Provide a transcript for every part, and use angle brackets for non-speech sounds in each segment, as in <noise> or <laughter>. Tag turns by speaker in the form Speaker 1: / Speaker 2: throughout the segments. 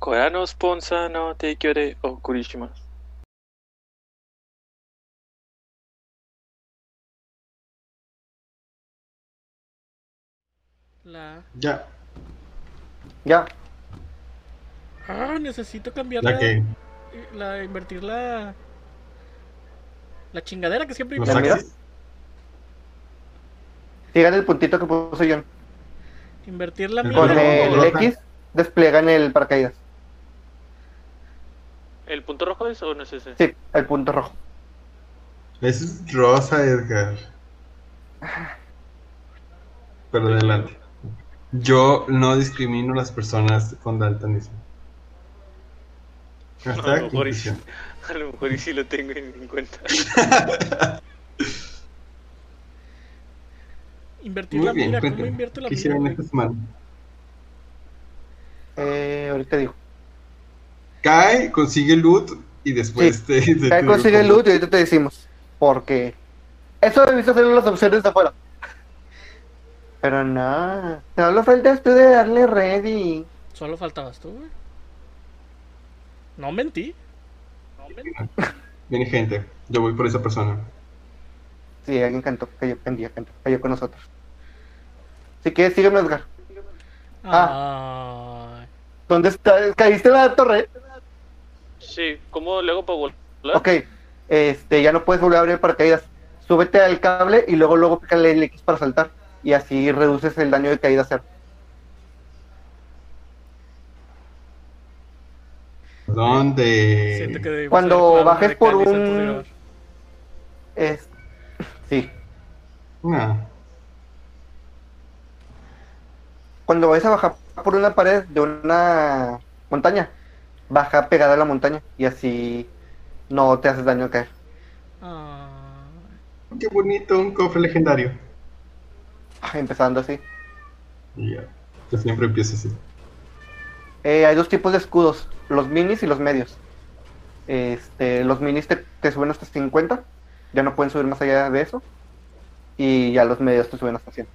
Speaker 1: からのスポンサーの提供でお送りします。
Speaker 2: La.
Speaker 3: Ya,
Speaker 4: Ya.
Speaker 2: Ah, necesito cambiar
Speaker 3: la que
Speaker 2: la- invertir la. La chingadera que siempre
Speaker 3: los
Speaker 4: ¿La
Speaker 2: invertí.
Speaker 4: mira?
Speaker 3: axis.
Speaker 4: Sigan el puntito que puso yo.
Speaker 2: Invertir la
Speaker 3: El
Speaker 2: mía.
Speaker 4: Con
Speaker 3: Bueno,
Speaker 4: el
Speaker 3: roja.
Speaker 4: X desplegan el paracaídas.
Speaker 1: ¿El punto rojo es o no es ese?
Speaker 4: Sí, el punto rojo.
Speaker 3: Es rosa, Edgar. Pero adelante. Yo no discrimino a las personas con daltonismo.
Speaker 1: No,
Speaker 3: Hasta
Speaker 1: no,
Speaker 3: aquí,
Speaker 1: por
Speaker 3: Cristian.
Speaker 1: <laughs> A lo mejor y sí lo tengo en, en cuenta.
Speaker 2: Invertir
Speaker 3: Muy
Speaker 2: la
Speaker 3: bien,
Speaker 2: mira. ¿Cómo
Speaker 3: cuéntame.
Speaker 2: invierto la
Speaker 3: ¿Qué
Speaker 2: mira?
Speaker 3: hicieron
Speaker 2: güey?
Speaker 3: esta semana?
Speaker 4: Eh, ahorita digo.
Speaker 3: Cae, consigue loot y después te, te-
Speaker 4: Ya
Speaker 3: te-
Speaker 4: consigue el loot y ahorita te decimos. Porque eso debiste hacer en las opciones de afuera. Pero no, solo faltas tú de darle ready.
Speaker 2: Solo faltabas tú, güey. No mentí. No mentí.
Speaker 3: Viene gente. Yo voy por esa persona.
Speaker 4: Sí, alguien cantó, cayó, cantó, cantó, cayó con nosotros. Si quieres, sígueme, Edgar. Ah.
Speaker 2: Ay.
Speaker 4: ¿Dónde está? ¿Caíste en la torre?
Speaker 1: Sí, ¿cómo le hago para volar?
Speaker 4: Ok, este, ya no puedes volver a abrir el paracaídas. Súbete al cable y luego, luego pícale el X para saltar. Y así reduces el daño de caída a cero.
Speaker 3: ¿Dónde?
Speaker 2: Siento que debimos
Speaker 4: Cuando
Speaker 2: haber hablado
Speaker 4: bajes
Speaker 2: de
Speaker 4: por
Speaker 2: Cáliz
Speaker 4: un-
Speaker 2: antes de grabar.
Speaker 4: Es... Sí.
Speaker 3: No.
Speaker 4: Cuando vayas a bajar por una pared de una montaña, baja pegada a la montaña y así no te haces daño al caer.
Speaker 2: Ay.
Speaker 3: Qué bonito, un cofre legendario.
Speaker 4: Empezando así.
Speaker 3: Y ya. Yo siempre empiezo así.
Speaker 4: Eh, hay dos tipos de escudos, los minis y los medios. Este, los minis te, te suben hasta 50, ya no pueden subir más allá de eso. Y ya los medios te suben hasta 100.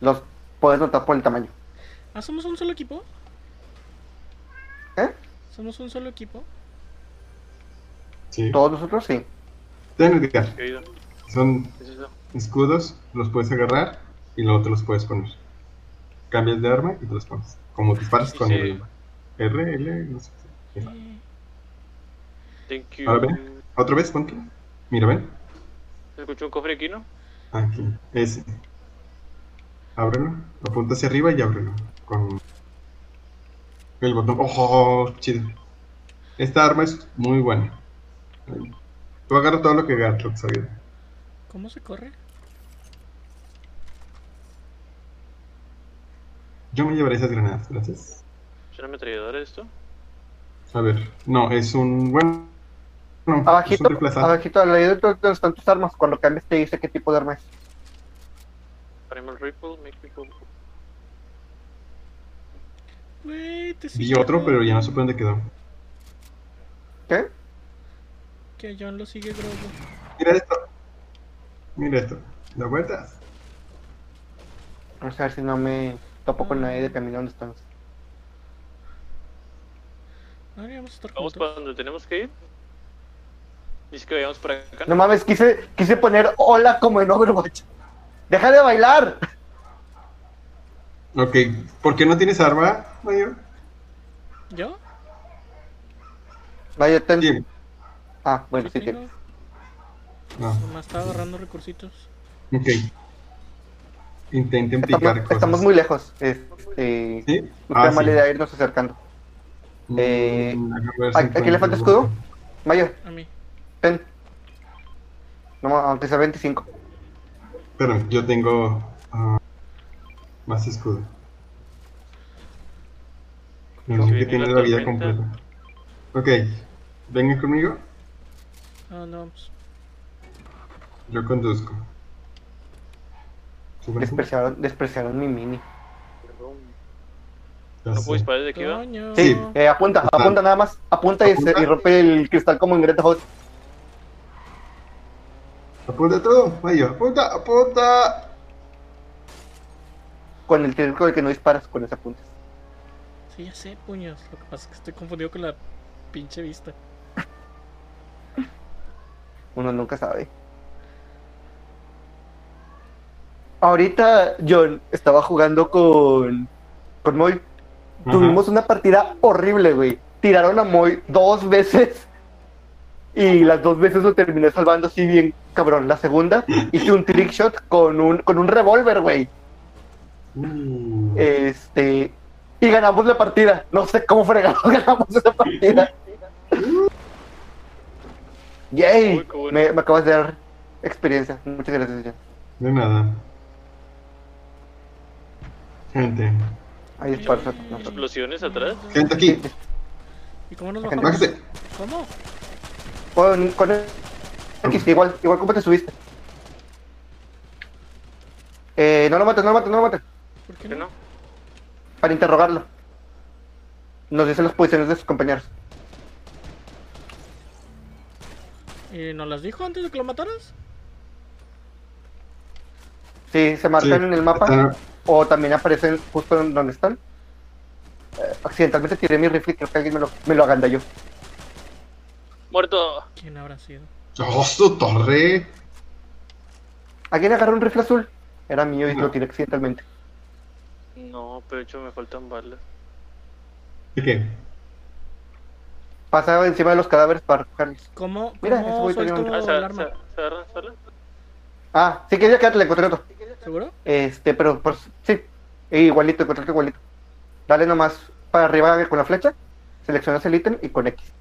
Speaker 4: Los puedes notar por el tamaño.
Speaker 2: Ah, somos un solo equipo.
Speaker 4: ¿Eh?
Speaker 2: Somos un solo equipo.
Speaker 3: Sí.
Speaker 4: Todos nosotros sí.
Speaker 3: Ten Edgar.
Speaker 1: Querido,
Speaker 3: Son
Speaker 1: ¿es eso?
Speaker 3: escudos, los puedes agarrar y luego te los puedes poner. Cambias de arma y te los pones. Como disparas con
Speaker 1: Sí.
Speaker 3: el R, L, no sé.
Speaker 2: Eh,
Speaker 1: Thank you.
Speaker 3: Ahora ven. Otra vez, ponte. Mira, ven.
Speaker 1: Escucho un cofre aquí, ¿no?
Speaker 3: Aquí, ese. Ábrelo. Apunta hacia arriba y ábrelo. Con el botón. ¡Ojo! Chido. Esta arma es muy buena. Tú agarra todo lo que agarras, lo que salga.
Speaker 2: ¿Cómo se corre?
Speaker 3: Yo me llevaré esas granadas, gracias.
Speaker 1: ¿Es una ametralladora esto?
Speaker 3: A ver, no, es un. Bueno. No, es
Speaker 4: Abajito,
Speaker 3: un rifle asalto.
Speaker 4: abajito, al lado de tu- donde están tus armas. Cuando cambias te dice qué tipo de arma es.
Speaker 1: Primal Ripple, Make People.
Speaker 2: Güey, te
Speaker 3: Vi
Speaker 2: sigue,
Speaker 3: otro,
Speaker 2: güey.
Speaker 3: pero ya no supe dónde quedó.
Speaker 4: ¿Qué?
Speaker 2: Que a John lo sigue Grogu.
Speaker 3: Mira esto. Mira esto. Da vueltas.
Speaker 4: Vamos a ver si no me topo con nadie de camino donde estamos.
Speaker 2: No deberíamos estar
Speaker 1: Vamos
Speaker 2: juntos.
Speaker 1: para donde tenemos que ir. Dice que vayamos para acá.
Speaker 4: No mames, quise, quise poner hola como en Overwatch. ¡Deja de bailar!
Speaker 3: Ok, ¿por qué no tienes arma, Mario?
Speaker 2: ¿Yo?
Speaker 4: Vaya, ten...
Speaker 3: Sí.
Speaker 4: Ah, bueno, sí
Speaker 2: tengo.
Speaker 4: tienes.
Speaker 3: No.
Speaker 2: Nomás estaba agarrando recursitos.
Speaker 3: Ah, Ok. Intenten picar
Speaker 4: Estamos,
Speaker 3: cosas.
Speaker 4: estamos muy lejos. Este,
Speaker 3: ¿Sí?
Speaker 4: no
Speaker 3: Ah,
Speaker 4: sea mala
Speaker 3: sí.
Speaker 4: idea irnos acercando.
Speaker 3: Mm,
Speaker 4: Eh,
Speaker 3: déjame ver
Speaker 4: ¿a-
Speaker 3: si
Speaker 4: a quién
Speaker 3: encuentro
Speaker 4: le falta
Speaker 3: algo.
Speaker 4: escudo? Vaya,
Speaker 2: A mí.
Speaker 4: ten. No, ma- aunque sea 25.
Speaker 3: Pero yo tengo ah, más escudo. El
Speaker 1: Ok,
Speaker 3: que tiene
Speaker 1: la
Speaker 3: la vida
Speaker 1: tormenta.
Speaker 3: completa. Ok, vengan conmigo,
Speaker 2: ¿A dónde vamos?
Speaker 3: yo conduzco. Súbanse.
Speaker 4: Despreciaron, despreciaron mi mini.
Speaker 1: Perdón.
Speaker 3: Ya
Speaker 1: No
Speaker 3: sé.
Speaker 1: puedo disparar desde aquí, ¿va?
Speaker 2: Coño.
Speaker 4: Sí,
Speaker 3: Sí.
Speaker 4: eh, apunta, apunta nada más. Apunta y, se-
Speaker 3: Apunta.
Speaker 4: y rompe el cristal como en Greta Hot.
Speaker 3: Apunta todo, Mayo, apunta, apunta.
Speaker 4: Con el tiro con el que no disparas, con ese apuntes.
Speaker 2: Sí, ya sé, puños. Lo que pasa es que estoy confundido con la pinche vista.
Speaker 4: Uno nunca sabe. Ahorita John estaba jugando con, con Moy.
Speaker 3: Ajá.
Speaker 4: Tuvimos una partida horrible, güey. Tiraron a Moy dos veces. Y las dos veces lo terminé salvando así bien, cabrón. La segunda hice un trick shot con un, con un revólver, güey.
Speaker 3: Uh,
Speaker 4: Este. Y ganamos la partida. No sé cómo fregados <laughs> ganamos esa partida.
Speaker 1: Uy,
Speaker 4: Yay.
Speaker 1: qué bueno.
Speaker 4: Me, me acabas de dar experiencia. Muchas gracias, John.
Speaker 3: De nada. Gente.
Speaker 4: Ahí es para nosotros.
Speaker 1: Explosiones atrás.
Speaker 3: Gente aquí.
Speaker 2: ¿Y cómo nos
Speaker 4: Gente,
Speaker 2: bajamos?
Speaker 3: Bájese.
Speaker 2: ¿Cómo?
Speaker 4: Con, con el- Aquí sí, igual, igual como te subiste. Eh, no lo mates, no lo mates, no lo mates.
Speaker 2: ¿Por qué
Speaker 1: ¿Qué
Speaker 2: no?
Speaker 1: no?
Speaker 4: Para interrogarlo. Nos dicen las posiciones de sus compañeros.
Speaker 2: ¿Y nos las dijo antes de que lo mataras?
Speaker 4: Sí, se marcan en el mapa.
Speaker 3: Está-
Speaker 4: O también aparecen justo en donde están. Eh, accidentalmente tiré mi rifle y creo que alguien me lo, me lo agandalló.
Speaker 1: Muerto.
Speaker 2: ¿Quién habrá sido?
Speaker 3: ¡Oh, su torre!
Speaker 4: ¿Alguien agarró un rifle azul? Era mío y
Speaker 3: No.
Speaker 4: lo tiré accidentalmente.
Speaker 1: No, pecho, me faltan balas.
Speaker 3: ¿De qué?
Speaker 4: Pasaba encima de los cadáveres para recogerlos.
Speaker 2: ¿Cómo,
Speaker 4: Mira, ese
Speaker 2: cómo
Speaker 4: güey tenía
Speaker 2: suelto
Speaker 4: un-
Speaker 1: Ah,
Speaker 2: el
Speaker 1: ¿se,
Speaker 2: arma?
Speaker 1: se- se agarran solas?
Speaker 4: Ah, sí, que ya quédate, le encontré otro.
Speaker 2: ¿Seguro?
Speaker 4: Este, pero pues sí, igualito, encontrarte igualito. Dale nomás para arriba con la flecha, seleccionas el ítem y con X.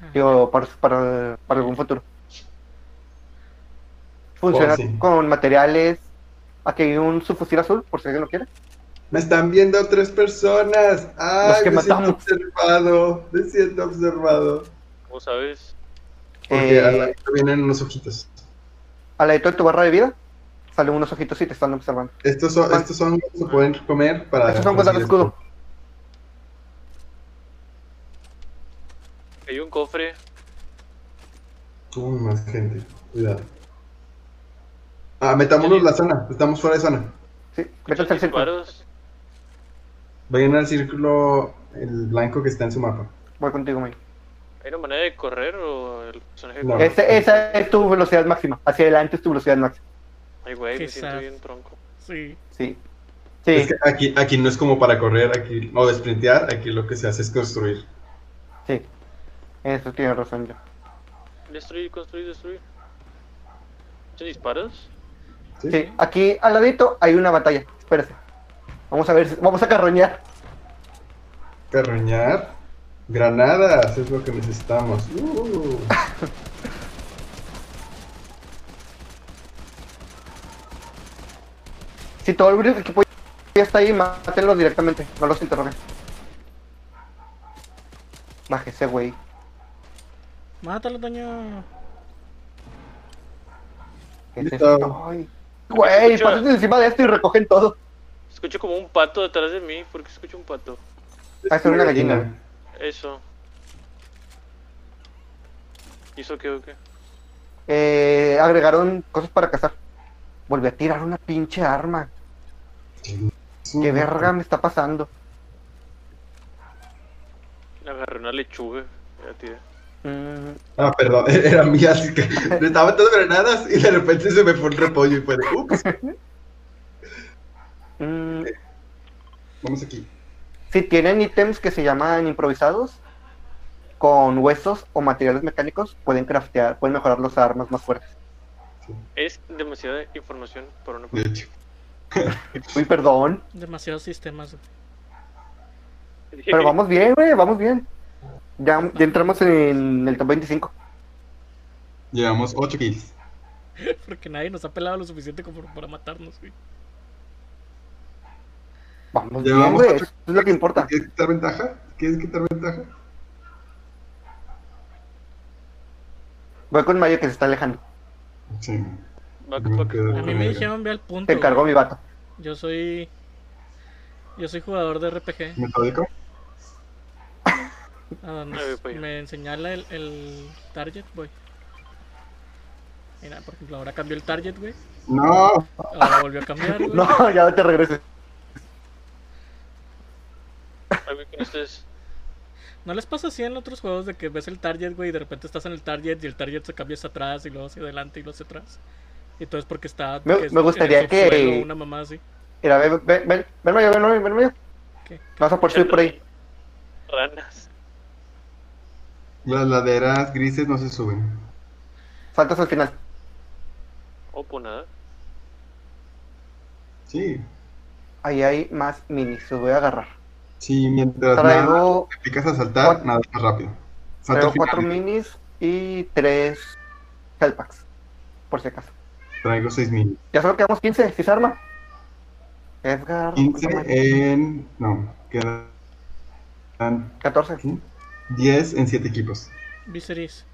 Speaker 2: Ah.
Speaker 4: Digo, para, para, para algún futuro. Funciona
Speaker 3: Oh, sí.
Speaker 4: con materiales. Aquí hay un subfusil azul, por si alguien lo quiere.
Speaker 3: Me están viendo tres personas.
Speaker 4: Los
Speaker 3: ¡Ay,
Speaker 4: que
Speaker 3: me siento
Speaker 4: matamos.
Speaker 3: observado! Me siento observado.
Speaker 1: ¿Cómo sabes?
Speaker 3: Porque
Speaker 4: Eh,
Speaker 3: al lado vienen unos ojitos.
Speaker 4: Al ladito de tu barra de vida salen unos ojitos y te están observando.
Speaker 3: Estos son,
Speaker 4: Juan.
Speaker 3: estos son que se pueden comer para.
Speaker 4: Estos son cosas del escudo.
Speaker 1: Hay un cofre.
Speaker 3: Uy, más gente. Cuidado. Ah, metámonos la zona. Estamos fuera de zona.
Speaker 4: Sí, métanse
Speaker 1: Muchos
Speaker 4: al círculo.
Speaker 1: disparos.
Speaker 3: Vayan al círculo el blanco que está en su mapa.
Speaker 4: Voy contigo, May.
Speaker 1: ¿Hay una manera de correr o el personaje
Speaker 3: No.
Speaker 1: corre?
Speaker 4: Ese- esa es tu velocidad máxima. Hacia adelante es tu velocidad máxima.
Speaker 1: Ay, güey, me
Speaker 2: Quizás.
Speaker 1: siento bien tronco.
Speaker 2: Ah, Sí.
Speaker 4: Sí. Sí.
Speaker 3: Es que aquí, aquí no es como para correr aquí o desprintear. Aquí lo que se hace es construir.
Speaker 4: Sí. En eso tiene razón yo.
Speaker 1: Destruir, construir, destruir. ¿Muchos disparos?
Speaker 3: ¿Sí?
Speaker 4: Sí, aquí al ladito hay una batalla. Espérese. Vamos a ver, si- vamos a carroñar.
Speaker 3: Carroñar. Granadas es lo que necesitamos. Uh.
Speaker 4: Si todo el brillo equipo ya está ahí, mátenlos directamente. No los interroguen. Bájese, güey.
Speaker 2: Mátalo, Toño.
Speaker 4: ¿Qué es
Speaker 3: Listo.
Speaker 4: esto? Ay. Güey,
Speaker 1: Escucha.
Speaker 4: pasen encima de esto y recogen todo.
Speaker 1: Escucho como un pato detrás de mí. ¿Por qué escucho un pato?
Speaker 4: Ah, es una gallina.
Speaker 1: Eso. ¿Hizo qué o qué?
Speaker 4: Eh, agregaron cosas para cazar. Volví a tirar una pinche arma. ¿Qué verga me está pasando?
Speaker 1: Agarré una lechuga. Ya tiré.
Speaker 4: Mm,
Speaker 3: Ah, perdón, <laughs> era mía, así que le estaba dando granadas y de repente se me fue el repollo y fue de, ups,
Speaker 4: mm.
Speaker 3: vamos aquí.
Speaker 4: Si tienen ítems que se llaman improvisados, con huesos o materiales mecánicos, pueden craftear, pueden mejorar las armas más fuertes.
Speaker 1: Es demasiada información para una
Speaker 3: De hecho,
Speaker 4: Uy, perdón.
Speaker 2: Demasiados sistemas.
Speaker 1: <laughs>
Speaker 2: güey. <laughs>
Speaker 4: Pero vamos bien, güey, vamos bien. Ya, ya entramos en el top 25.
Speaker 3: llevamos 8 kills.
Speaker 2: Porque nadie nos ha pelado lo suficiente como para matarnos, güey.
Speaker 4: Vamos bien,
Speaker 3: Llevamos
Speaker 4: güey.
Speaker 3: ocho.
Speaker 4: Eso es lo que importa.
Speaker 3: ¿Quieres quitar ventaja? ¿Quieres quitar ventaja?
Speaker 4: Voy con Mario que se está alejando.
Speaker 3: Sí.
Speaker 1: Back,
Speaker 3: No
Speaker 1: back.
Speaker 3: queda
Speaker 2: A mí me
Speaker 3: verga.
Speaker 2: dijeron ve al punto.
Speaker 4: Te encargó
Speaker 2: güey.
Speaker 4: mi vato.
Speaker 2: Yo soy. Yo soy jugador de RPG.
Speaker 3: ¿Metódico?
Speaker 2: A donde
Speaker 1: Ahí voy
Speaker 2: s-
Speaker 1: para allá.
Speaker 2: me señala el, el target, güey. Mira, por ejemplo, ahora cambió el target, güey.
Speaker 3: No,
Speaker 4: <laughs>
Speaker 2: Ahora volvió a cambiar, güey.
Speaker 4: No, ya te regreses.
Speaker 1: Ahí voy con ustedes.
Speaker 2: ¿No les pasa así en otros juegos de que ves el target, güey, y de repente estás en el target y el target se cambia hacia atrás y luego hacia adelante y luego hacia atrás? Y todo es porque está.
Speaker 4: Me-
Speaker 2: que es-
Speaker 4: me gustaría
Speaker 2: en el subsuelo,
Speaker 4: que-
Speaker 2: Una mamá así.
Speaker 4: Mira, ven, ven, ven, ven, Mario, ven, Mario, ven, Mario.
Speaker 2: ¿Qué?
Speaker 4: Vas a por subir por ahí.
Speaker 1: Ranas.
Speaker 3: Las laderas grises no se suben.
Speaker 4: Saltas al final.
Speaker 1: O por nada.
Speaker 3: Sí.
Speaker 4: Ahí hay más minis, los voy a agarrar.
Speaker 3: Sí, mientras Pues nada,
Speaker 4: Traigo,
Speaker 3: te picas a saltar,
Speaker 4: Cuat-
Speaker 3: nada más rápido. Salto
Speaker 4: traigo
Speaker 3: al final.
Speaker 4: cuatro minis y tres Hellpacks, por si acaso.
Speaker 3: Traigo 6 mil.
Speaker 4: Ya solo quedamos 15, si se arma. Edgar,
Speaker 3: 15
Speaker 4: ¿cuánto más?
Speaker 3: en. No, quedan.
Speaker 4: 14.
Speaker 3: eh, ¿sí? 10 en 7 equipos.
Speaker 2: Viserys.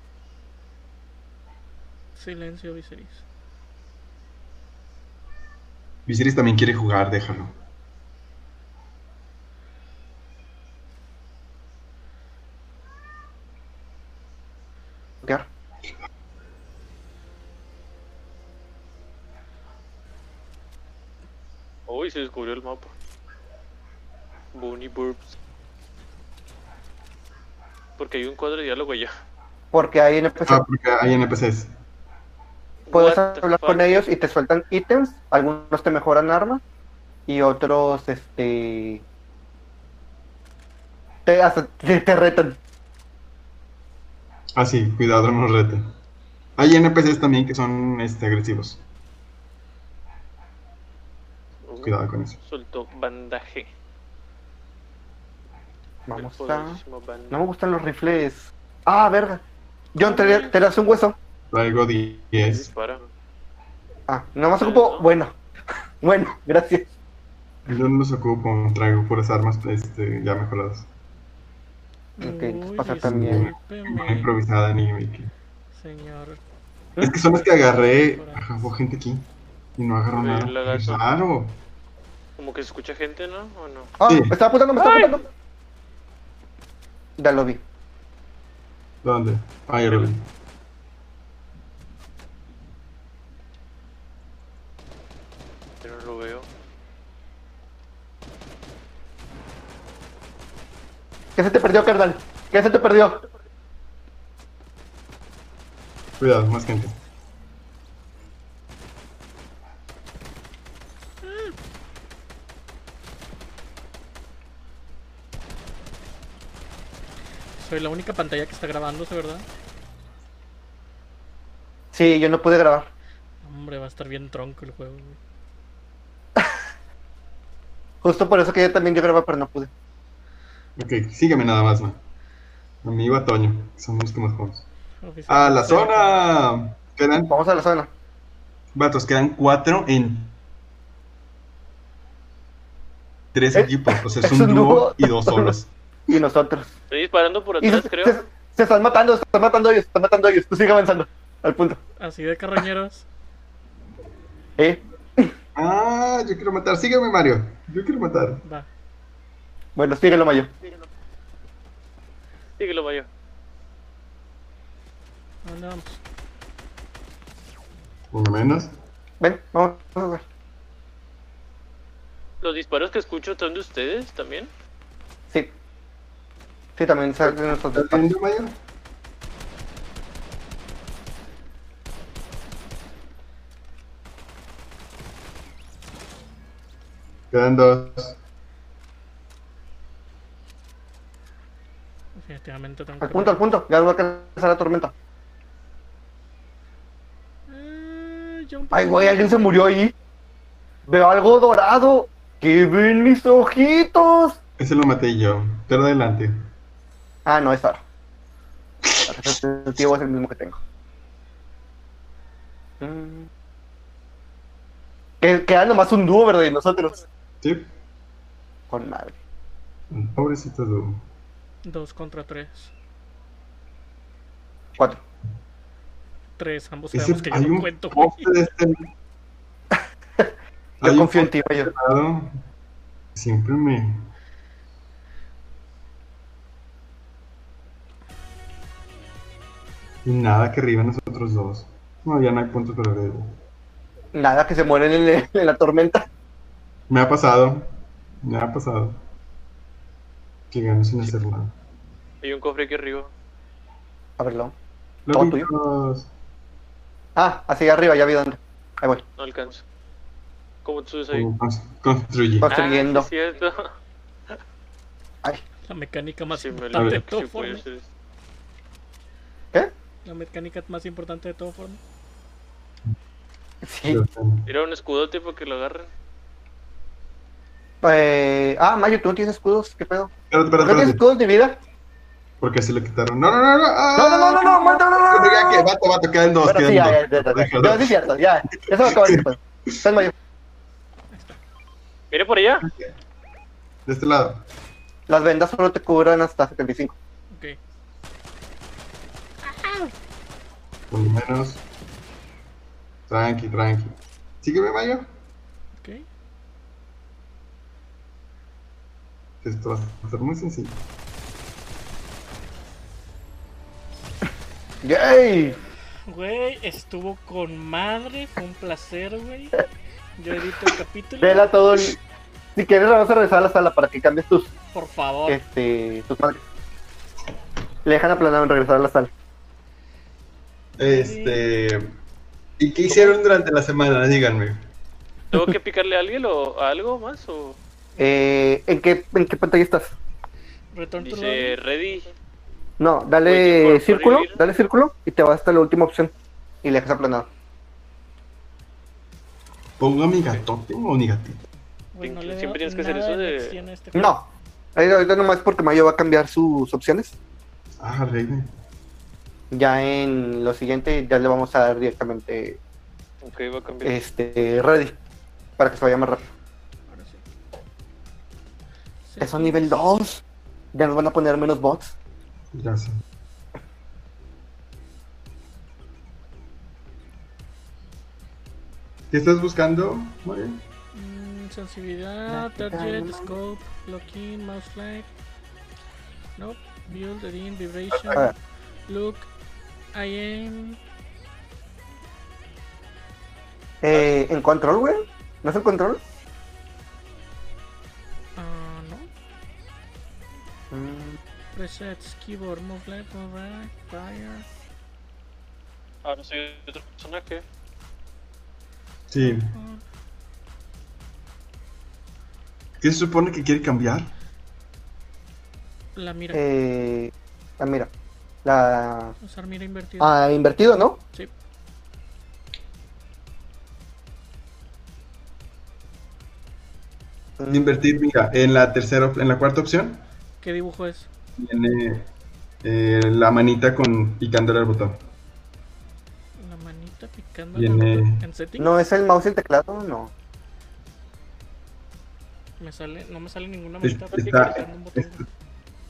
Speaker 2: Silencio, Viserys.
Speaker 3: Viserys también quiere jugar, déjalo.
Speaker 4: Ya.
Speaker 1: Uy, se descubrió el mapa. Bunny Burbs. Porque hay un cuadro de diálogo allá.
Speaker 4: Porque ahí en el PC
Speaker 3: Ah, porque hay NPCs.
Speaker 4: puedes
Speaker 1: What the
Speaker 4: hablar
Speaker 1: fuck?
Speaker 4: con ellos y te sueltan ítems. Algunos te mejoran armas y otros, este. Te, hasta- te, te retan.
Speaker 3: Ah, sí, cuidado, no nos reten. Hay NPCs también que son este, agresivos.
Speaker 1: Uh,
Speaker 3: Cuidado con eso.
Speaker 1: Soltó bandaje.
Speaker 4: Vamos
Speaker 1: El
Speaker 4: a.
Speaker 1: poderosísimo bandaje.
Speaker 4: No me gustan los rifles. Ah, verga. John, te, te das un hueso.
Speaker 3: Traigo 10.
Speaker 1: Dispara.
Speaker 4: Ah, nomás ocupo. Bueno. <laughs> Bueno, gracias.
Speaker 3: Yo no los ocupo, traigo puras armas este, ya mejoradas.
Speaker 4: Ok,
Speaker 2: Uy,
Speaker 4: pasa también.
Speaker 3: No
Speaker 2: discúlpeme,
Speaker 3: improvisada ni. ni-
Speaker 2: Señor.
Speaker 3: Es que son las que agarré. Ajá, hubo gente aquí. Y no agarró
Speaker 1: Sí,
Speaker 3: nada.
Speaker 1: la gato.
Speaker 3: Claro.
Speaker 1: Como que se escucha gente, ¿no? ¿O no?
Speaker 4: Ah,
Speaker 3: Sí.
Speaker 4: me está apuntando, me está
Speaker 2: Ay.
Speaker 4: apuntando. Ya lo vi.
Speaker 3: ¿Dónde? Ah, ya lo vi.
Speaker 1: Yo no lo veo.
Speaker 4: ¿Qué se te perdió, carnal? ¿Qué se te perdió?
Speaker 3: Cuidado, más gente.
Speaker 2: Soy la única pantalla que está grabándose, ¿verdad?
Speaker 4: Sí, yo no pude grabar.
Speaker 2: Hombre, va a estar bien tronco el juego, güey.
Speaker 4: Justo por eso que yo también yo grabé, pero no pude.
Speaker 3: Ok, sígueme nada más, man. Amigo Atoño, somos los que más jugamos.
Speaker 2: Oficial.
Speaker 3: ¡A Ah, la zona! Quedan,
Speaker 4: Vamos a la zona.
Speaker 3: vatos, quedan cuatro en. Tres
Speaker 4: Eh,
Speaker 3: equipos, o sea, es
Speaker 4: <laughs> es
Speaker 3: un
Speaker 4: un
Speaker 3: dúo
Speaker 4: dúo.
Speaker 3: y dos
Speaker 4: <laughs>
Speaker 3: solos.
Speaker 4: Y nosotros.
Speaker 1: Estoy disparando por
Speaker 4: Y se,
Speaker 1: atrás, creo.
Speaker 4: se- se están matando, se están matando ellos, se están matando ellos. Tú sigue avanzando. Al punto.
Speaker 2: Así de carroñeros.
Speaker 4: Eh,
Speaker 3: Ah, yo quiero matar, sígueme, Mario. Yo quiero matar.
Speaker 2: Va.
Speaker 4: bueno, síguelo, Mayo.
Speaker 1: Síguelo, vaya.
Speaker 2: ¿A dónde vamos?
Speaker 3: Uno menos.
Speaker 4: Ven, vamos a jugar.
Speaker 1: Los disparos que escucho son de ustedes también.
Speaker 4: Sí. Sí, también salen nuestros
Speaker 3: ¿Estás
Speaker 4: dos.
Speaker 3: viendo, Mario? Quedan dos.
Speaker 2: Definitivamente tengo
Speaker 4: Al
Speaker 2: que-
Speaker 4: punto, al punto. Ya va a alcanzar la tormenta.
Speaker 2: Eh, yo un
Speaker 4: Ay,
Speaker 2: poco-
Speaker 4: güey, alguien se murió ahí. Veo algo dorado. ¡Que ven mis ojitos!
Speaker 3: Ese lo maté yo. Pero adelante.
Speaker 4: Ah, no, es ahora. El tío es el mismo que tengo. Mm. Que- Queda nomás un dúo, ¿verdad? Y nosotros.
Speaker 3: Sí.
Speaker 4: Con madre.
Speaker 3: Pobrecito tú.
Speaker 2: Dos contra tres.
Speaker 4: Cuatro.
Speaker 2: Tres, ambos
Speaker 3: Ese-
Speaker 2: sabemos que yo
Speaker 3: hay
Speaker 2: no
Speaker 3: un
Speaker 2: cuento, güey.
Speaker 3: poste
Speaker 2: <laughs>
Speaker 3: de este. Hay
Speaker 4: Yo
Speaker 3: un
Speaker 4: confío en ti, yo.
Speaker 3: lado. Siempre me. Y nada que arriba nosotros dos. No, ya no hay puntos para ver.
Speaker 4: Nada, que se mueren en, el- en la tormenta.
Speaker 3: Me ha pasado. Me ha pasado. que ganó sin hacer nada.
Speaker 1: Hay un cofre aquí arriba.
Speaker 4: Ábrelo.
Speaker 3: Lo
Speaker 4: ¿Todo tuyo?
Speaker 3: vimos.
Speaker 4: Ah, hacia arriba, ya vi dónde. Ahí voy.
Speaker 1: No alcanzo. ¿Cómo te subes ahí?
Speaker 3: Como cons- Construye.
Speaker 4: Vas- Construyendo.
Speaker 1: Ah, sí, es cierto.
Speaker 2: La mecánica más
Speaker 1: Sí, me lo-
Speaker 3: A ver.
Speaker 2: importante de todo
Speaker 1: sí, puede
Speaker 2: forma.
Speaker 1: ser.
Speaker 4: ¿Qué?
Speaker 2: La mecánica más importante de todo forma.
Speaker 4: Sí.
Speaker 3: Pero, um,
Speaker 1: Tira un escudote para que lo agarren.
Speaker 4: Eh, ah, Mayo, tú no tienes escudos, ¿qué pedo?
Speaker 3: Espérate,
Speaker 4: ¿No
Speaker 3: espérate,
Speaker 4: tienes
Speaker 3: espérate.
Speaker 4: escudos de vida?
Speaker 3: Porque se le quitaron. No, no, no, no. ah.
Speaker 4: No, no, no, no, no, no, no, no, no.
Speaker 3: Ya que vato, vato, quedan dos.
Speaker 4: Bueno, sí, ya,
Speaker 3: quedan
Speaker 4: ya, ya,
Speaker 3: dos.
Speaker 4: ya, ya.
Speaker 3: Déjalo.
Speaker 4: No, sí, es cierto, ya. Ya se va a acabar este pedo. Estás Mayo.
Speaker 1: Mire por
Speaker 4: <laughs>
Speaker 1: allá.
Speaker 3: De este lado.
Speaker 4: Las vendas solo te cubran hasta 75.
Speaker 2: Ok.
Speaker 3: Por lo menos. Tranqui, tranqui. Sígueme, Mayo.
Speaker 2: Ok.
Speaker 3: Esto va a ser muy sencillo.
Speaker 4: ¡Yay!
Speaker 2: Güey, estuvo con madre. Fue un placer, güey. Yo edito el capítulo.
Speaker 4: Vela todo el... Si quieres, vamos a regresar a la sala para que cambies tus,
Speaker 2: Por favor.
Speaker 4: este, tus madres. Le dejan aplanado en regresar a la sala.
Speaker 3: Este. ¿Y qué hicieron durante la semana? Díganme.
Speaker 1: ¿Tengo que picarle a alguien o a algo más? O
Speaker 4: Eh, ¿en, qué, ¿En qué pantalla estás?
Speaker 2: Return to
Speaker 1: dice ready.
Speaker 4: No,
Speaker 1: Waiting
Speaker 4: dale
Speaker 1: for- for
Speaker 4: círculo,
Speaker 1: revivir.
Speaker 4: dale círculo y te vas hasta la última opción. Y le dejas aplanado.
Speaker 3: ¿Pongo mi gatote o mi gatito?
Speaker 2: Güey, no le
Speaker 1: Siempre
Speaker 2: veo
Speaker 1: tienes que hacer
Speaker 2: nada
Speaker 1: eso de-
Speaker 2: lección a este juego.
Speaker 4: No. Ahí- Ahorita nomás porque Mayo va a cambiar sus opciones.
Speaker 3: Ah, reina.
Speaker 4: Ya en lo siguiente ya le vamos a dar directamente
Speaker 1: Ok, va a cambiar.
Speaker 4: este ready. Para que se vaya más rápido.
Speaker 2: Ahora sí. Sí.
Speaker 4: Eso nivel 2. Ya nos van a poner menos bots.
Speaker 3: Ya sé. ¿Qué estás buscando, Mario?
Speaker 2: Mm, sensibilidad, target, scope, locking, mouse flag. Nope, build, reading, vibration.
Speaker 4: Ah.
Speaker 2: Look, I am.
Speaker 4: Eh, ¿En control, güey? ¿No es en control?
Speaker 2: Ah, no.
Speaker 4: Mm,
Speaker 2: Presets, keyboard, move left, move right, fire.
Speaker 1: Ahora soy Ah, otro personaje.
Speaker 3: Sí.
Speaker 2: on.
Speaker 3: ¿Qué se supone que quiere cambiar?
Speaker 2: La mira.
Speaker 4: eh, ah, mira. La.
Speaker 2: Usar mira invertida.
Speaker 4: Ah, invertido, ¿no?
Speaker 2: Sí.
Speaker 3: Invertir, mira, en la tercera, op- en la cuarta opción,
Speaker 2: ¿Qué dibujo es?
Speaker 3: tiene eh, la manita con picándole al botón.
Speaker 2: La manita picando la
Speaker 3: Viene-
Speaker 2: boca. en setting.
Speaker 4: ¿No es el mouse y el teclado? No.
Speaker 2: Me sale, no me sale ninguna
Speaker 3: Es-
Speaker 2: manita
Speaker 3: está-
Speaker 2: picando un botón. güey.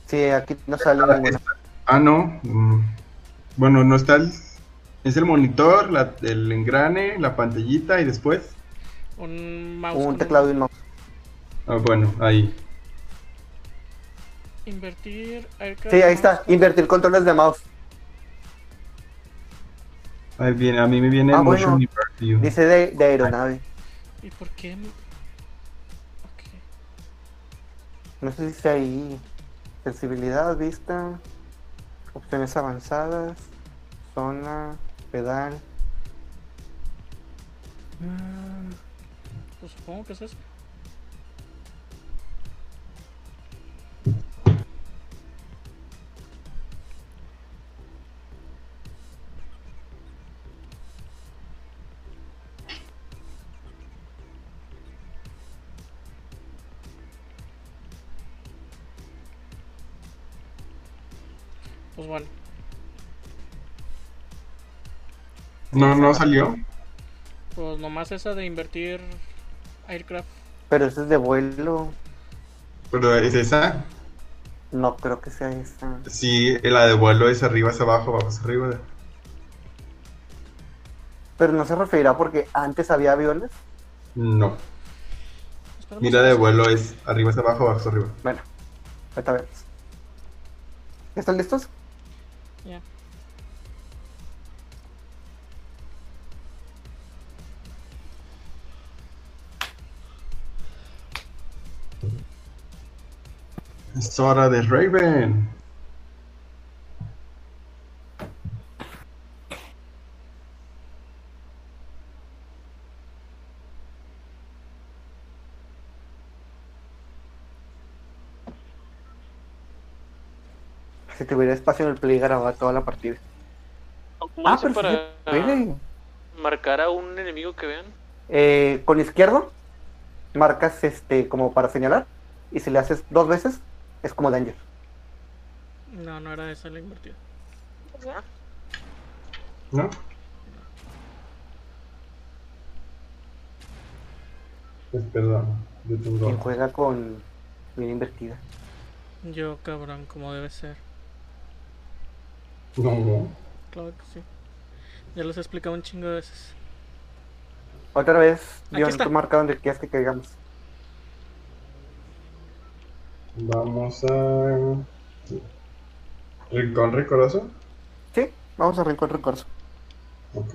Speaker 4: Sí, aquí no sale
Speaker 3: Ah,
Speaker 4: ninguna.
Speaker 3: está- ah, no. mm. Bueno, no está el. Es el monitor, la- el engrane, la pantallita y después.
Speaker 2: Un mouse. con
Speaker 4: Un teclado y un mouse.
Speaker 3: Ah, bueno, ahí.
Speaker 2: Invertir. aircraft,
Speaker 4: Sí,
Speaker 2: mouse.
Speaker 4: ahí está. Invertir controles de mouse.
Speaker 3: Ahí viene, a mí me viene
Speaker 4: Ah,
Speaker 3: el Motion
Speaker 4: bueno.
Speaker 3: Invert View.
Speaker 4: Dice de, de aeronave.
Speaker 2: ¿Y por qué? me- Ok.
Speaker 4: No sé si dice ahí. Sensibilidad, vista. Opciones avanzadas. Zona. Pedal. Mm,
Speaker 2: Pues supongo que es eso. Pues vale.
Speaker 3: No, no salió.
Speaker 2: Pues nomás esa de invertir aircraft.
Speaker 4: Pero ese es de vuelo.
Speaker 3: Pero es esa.
Speaker 4: No creo que sea esa.
Speaker 3: Sí, la de vuelo es arriba, es abajo, abajo, es arriba.
Speaker 4: Pero no se referirá porque antes había aviones.
Speaker 3: No.
Speaker 2: Espérame
Speaker 3: Mira,
Speaker 2: un
Speaker 3: de
Speaker 2: segundo.
Speaker 3: vuelo es arriba, es abajo, abajo, es arriba.
Speaker 4: Bueno, ahorita vemos. ¿Ya ¿Están listos?
Speaker 2: Ya.
Speaker 3: Es hora de Raven.
Speaker 4: Si tuviera espacio en el play grababa toda la partida. Ah, pero sí
Speaker 1: para
Speaker 4: se puede.
Speaker 1: marcar a un enemigo que vean.
Speaker 4: Eh, con izquierdo marcas este como para señalar y si le haces dos veces es como danger.
Speaker 2: No, no era esa la invertida.
Speaker 3: ¿No? Pues perdón, yo
Speaker 4: Quien
Speaker 3: tengo.
Speaker 4: juega con bien invertida.
Speaker 2: Yo, cabrón, como debe ser.
Speaker 3: No, no.
Speaker 2: Claro que sí. Ya los he explicado un chingo de veces.
Speaker 4: Otra vez,
Speaker 2: Aquí
Speaker 4: yo
Speaker 2: está.
Speaker 4: tú marca donde quieras que caigamos.
Speaker 3: Vamos a. Rincón Ricoroso.
Speaker 4: Sí, vamos a rincón recorso.
Speaker 3: Ok.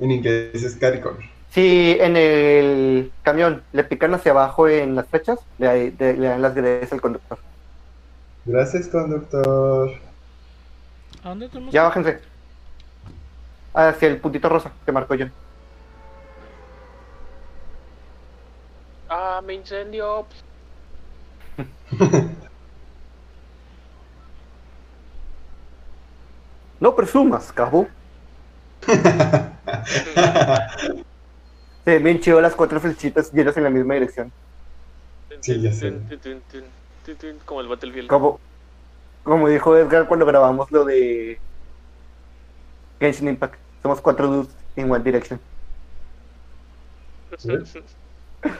Speaker 3: En inglés es Caricon.
Speaker 4: Si en el camión le pican hacia abajo en las flechas, le, de- le dan las gracias al conductor.
Speaker 3: Gracias, conductor.
Speaker 2: ¿A dónde tenemos?
Speaker 4: Ya bájense. Hacia el puntito rosa que marcó yo.
Speaker 1: Ah, me incendio.
Speaker 4: No presumas, cabo. Se ven bien chido las cuatro flechitas llenas en la misma dirección.
Speaker 3: Sí, ya sé.
Speaker 1: Tun, tun, tun, tun, tun, Como el Battlefield. <laughs>
Speaker 4: Como, como dijo Edgar cuando grabamos lo de Genshin Impact. Somos cuatro dudes en One Direction.
Speaker 3: Sí.
Speaker 2: Pa,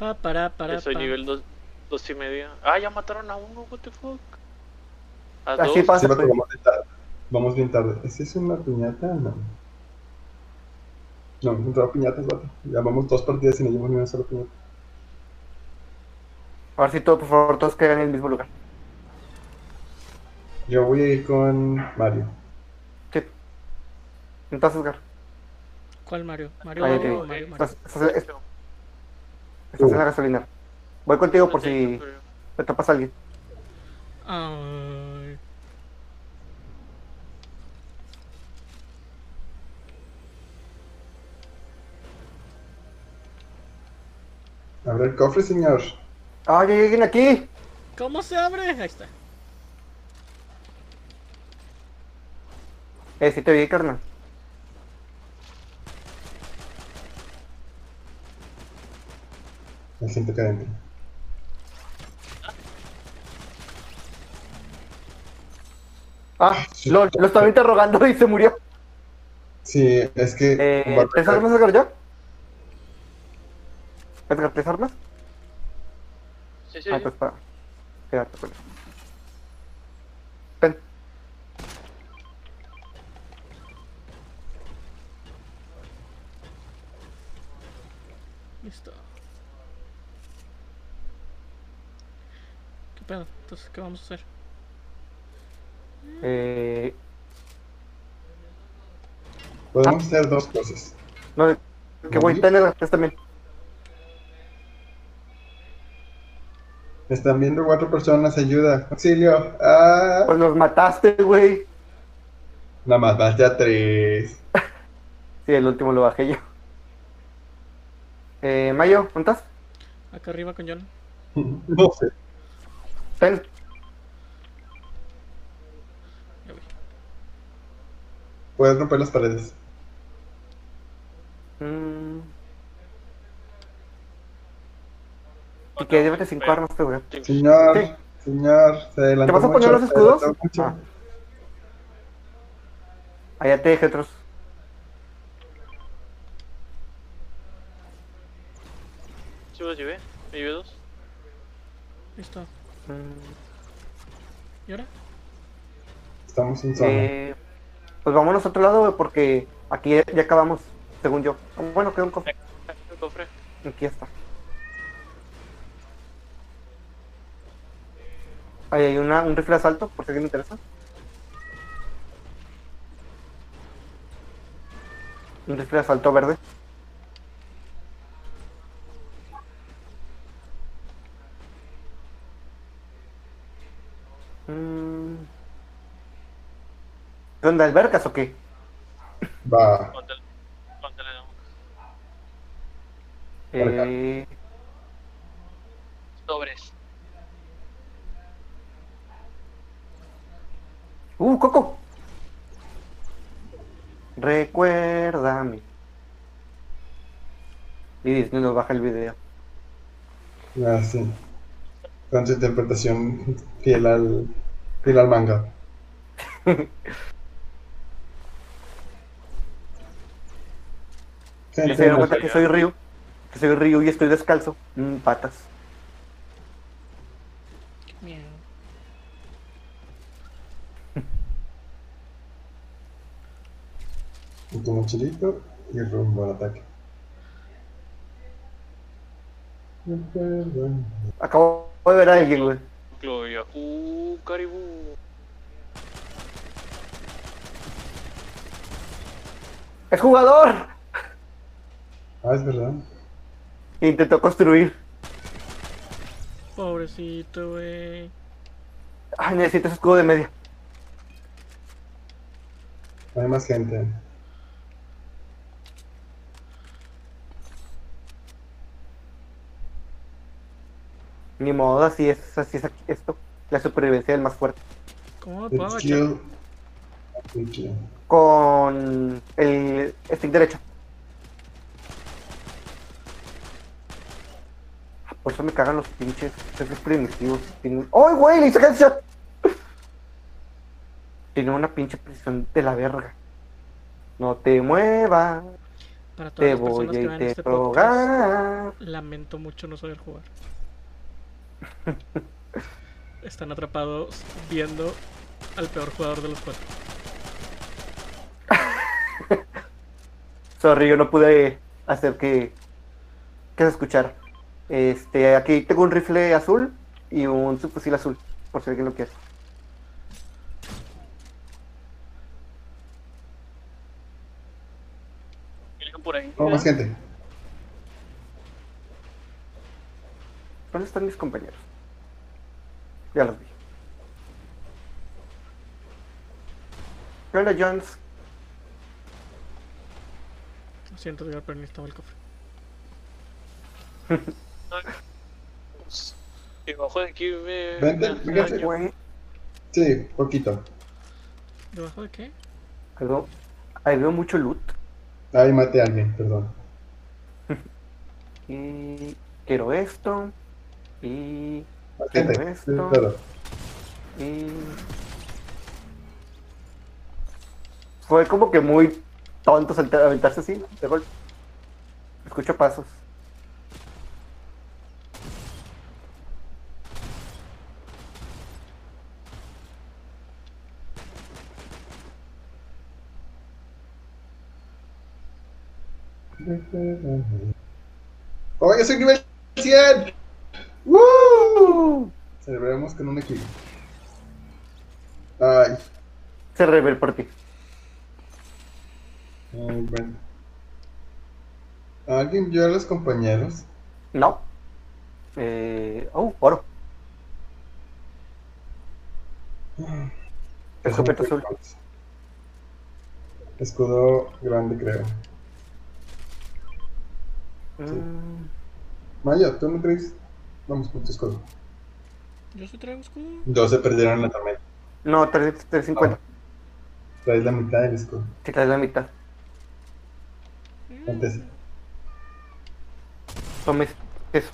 Speaker 2: Ah, para, para,
Speaker 1: Yo soy
Speaker 2: pa.
Speaker 1: nivel 2 dos y medio. Ah, ya mataron a uno, what the fuck. A
Speaker 4: Así
Speaker 1: dos.
Speaker 3: Sí,
Speaker 4: pasa.
Speaker 3: vato,
Speaker 4: pues.
Speaker 3: vamos, bien tarde. vamos bien tarde. ¿Esa es una piñata? No. No, no entraba piñatas, vato. Ya vamos dos partidas y no llevamos ni una sola piñata.
Speaker 4: Ahora sí, todo, por favor, todos caigan en el mismo lugar.
Speaker 3: Yo voy a ir con Mario.
Speaker 4: Sí. Entonces, Edgar,
Speaker 2: ¿Cuál Mario? Mario,
Speaker 4: Ahí
Speaker 2: Mario,
Speaker 4: te-
Speaker 2: Mario, Mario.
Speaker 4: estás, estás- estás en la gasolina. Voy contigo por si te tapas a alguien.
Speaker 2: Ay.
Speaker 3: Abre el cofre, señor.
Speaker 4: ¡Ay, hay alguien aquí!
Speaker 2: ¿Cómo se abre? Ahí está.
Speaker 4: Eh, sí te vi, carnal.
Speaker 3: La gente acá adentro.
Speaker 4: Ah, <laughs> lo, lo estaba interrogando y se murió.
Speaker 3: Sí, es que.
Speaker 4: Eh,
Speaker 3: Barba-
Speaker 4: ¿Tres armas, Edgar, ya? Edgar, ¿tres armas?
Speaker 1: Sí, sí,
Speaker 4: Ah,
Speaker 1: sí.
Speaker 4: pues para quedarte con él. Ven.
Speaker 2: Listo. ¿Qué pedo? Entonces, ¿qué vamos a hacer?
Speaker 4: Eh,
Speaker 3: Podemos hacer dos cosas.
Speaker 4: no, que voy, ten Edgar, tres también.
Speaker 3: Me Están viendo cuatro personas, ayuda. Auxilio. Ah.
Speaker 4: Pues los mataste, güey.
Speaker 3: Nada más, vas ya tres. <laughs>
Speaker 4: Sí, el último lo bajé yo. Eh, Mayo, ¿dónde estás?
Speaker 2: Acá arriba con John.
Speaker 3: No sé.
Speaker 4: Ven.
Speaker 2: Ya voy.
Speaker 3: Puedes romper las paredes.
Speaker 4: Mm. Y que llévate cinco armas, tú, güey.
Speaker 3: Señor,
Speaker 4: Sí.
Speaker 3: señor, se adelantó
Speaker 4: ¿Te vas a poner
Speaker 3: mucho,
Speaker 4: los
Speaker 3: se adelantó
Speaker 4: escudos?
Speaker 3: mucho.
Speaker 4: Ah. Allá te dejé otros.
Speaker 1: Sí, los llevé. Me llevé dos.
Speaker 2: Listo.
Speaker 4: Mm,
Speaker 2: ¿Y ahora?
Speaker 3: Estamos en zona.
Speaker 4: eh, pues vámonos a otro lado, güey, porque aquí ya, ya acabamos, según yo. Bueno, queda un cofre.
Speaker 1: El cofre.
Speaker 4: Aquí está. Ahí hay una, un rifle de asalto, por si a alguien le interesa. Un rifle de asalto verde. Mm. ¿Qué onda, albercas o qué?
Speaker 3: Va.
Speaker 1: Póntele- póntele un-
Speaker 3: Alberca.
Speaker 4: Eh,
Speaker 1: Sobres.
Speaker 4: ¡Uh, Coco! Recuérdame. Y Disney nos baja el video.
Speaker 3: Ah, sí. Con su interpretación fiel al, fiel al
Speaker 4: <laughs>
Speaker 3: manga.
Speaker 4: Ya se dieron
Speaker 1: no
Speaker 4: cuenta
Speaker 1: sé
Speaker 4: que
Speaker 1: ya.
Speaker 4: soy Ryu. Que soy Ryu y estoy descalzo. Mm, patas.
Speaker 3: Y tu mochilito y rumbo al ataque. Recuerda.
Speaker 4: Acabo de ver a alguien, güey.
Speaker 1: Incluyo. Uh, caribú.
Speaker 4: ¡Es jugador!
Speaker 3: Ah, es verdad.
Speaker 4: E Intentó construir.
Speaker 2: Pobrecito, güey.
Speaker 4: Ay, necesitas escudo de media.
Speaker 3: Hay más gente.
Speaker 4: Ni modo, así es, así es aquí- esto. La supervivencia del más fuerte.
Speaker 2: ¿Cómo me puedo
Speaker 3: It's
Speaker 2: agachar?
Speaker 3: kill. It's kill.
Speaker 4: Con el stick derecho. Por eso me cagan los pinches. Esos primitivos. Tienen- ¡Ay, güey! ¡Le hice headshot! Tiene una pinche presión de la verga. No te muevas.
Speaker 2: Para todas
Speaker 4: Te
Speaker 2: las personas
Speaker 4: voy a
Speaker 2: que vean este podcast,
Speaker 4: interrogar.
Speaker 2: lamento mucho no saber
Speaker 4: <laughs>
Speaker 2: jugar. Están atrapados viendo al peor jugador de los cuatro.
Speaker 4: Sorry, yo no pude hacer que, que se escuchara. Este, aquí tengo un rifle azul y un subfusil azul, por si alguien lo quiere.
Speaker 1: Alguien por ahí.
Speaker 3: Oh, más gente.
Speaker 4: ¿Dónde están mis compañeros? Ya los vi. ¿Qué onda, Jones?
Speaker 2: Lo siento, Edgar, pero necesitaba el cofre.
Speaker 1: Y bajo de aquí me.
Speaker 3: Vente,
Speaker 1: me-
Speaker 3: véngase.
Speaker 1: me-
Speaker 4: Güey,
Speaker 3: Sí, poquito.
Speaker 2: ¿Debajo de qué?
Speaker 4: algo- ahí veo mucho loot.
Speaker 3: Ahí maté a alguien, perdón.
Speaker 4: Y quiero esto. Y
Speaker 3: Más gente.
Speaker 4: Pero
Speaker 3: Sí,
Speaker 4: esto-
Speaker 3: claro.
Speaker 4: Y... Fue como que muy tonto saltar, aventarse así, ¿no? de golpe. Escucho pasos.
Speaker 3: ¡Oh, yo soy nivel 100! ¡Woo! Celebramos con un equipo. Ay,
Speaker 4: Se reveló por ti.
Speaker 3: muy bueno. ¿Alguien vio a los compañeros?
Speaker 4: No. Eh... Oh, oro. Escopeta azul.
Speaker 3: Escudo grande, creo.
Speaker 4: Mm,
Speaker 3: Maya, ¿tú no crees? Vamos con tu escudo.
Speaker 2: Yo sí traigo escudo.
Speaker 3: Dos se perdieron en la tormenta.
Speaker 4: No, 3, 350.
Speaker 3: Traes la mitad del escudo.
Speaker 4: Si traes la mitad.
Speaker 2: Ah,
Speaker 3: Antes.
Speaker 4: Tomes eso.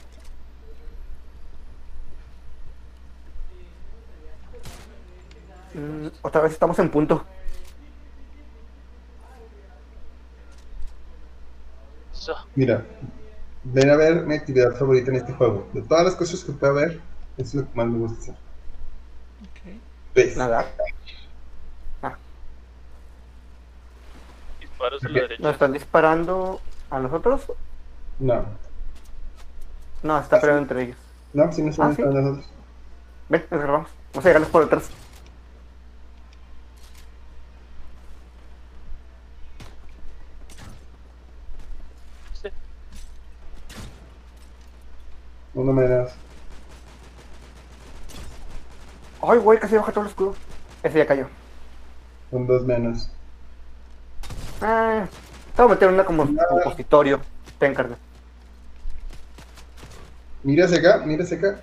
Speaker 4: Mm, otra vez estamos en punto.
Speaker 1: So,
Speaker 3: Mira, ven a ver mi actividad favorita en este juego. De todas las cosas que pueda ver, es lo que más me gusta hacer.
Speaker 2: Ok.
Speaker 3: ¿Ves?
Speaker 4: Nada.
Speaker 1: disparos a la
Speaker 3: Ok.
Speaker 1: derecha.
Speaker 4: Nos están disparando a nosotros.
Speaker 3: No.
Speaker 4: No, está peleando entre ellos.
Speaker 3: No, si no se
Speaker 4: Ah,
Speaker 3: van
Speaker 4: ¿sí?
Speaker 3: a nosotros.
Speaker 4: Ven, nos grabamos. Vamos a llegarles por detrás.
Speaker 1: Sí.
Speaker 3: Uno menos.
Speaker 4: Ay, güey, casi baja todo el escudo. Ese ya cayó.
Speaker 3: Con dos menos.
Speaker 4: Ah, te voy a meter una como
Speaker 3: Nada.
Speaker 4: compositorio. Te encargo.
Speaker 3: Mira hacia acá, mira hacia acá.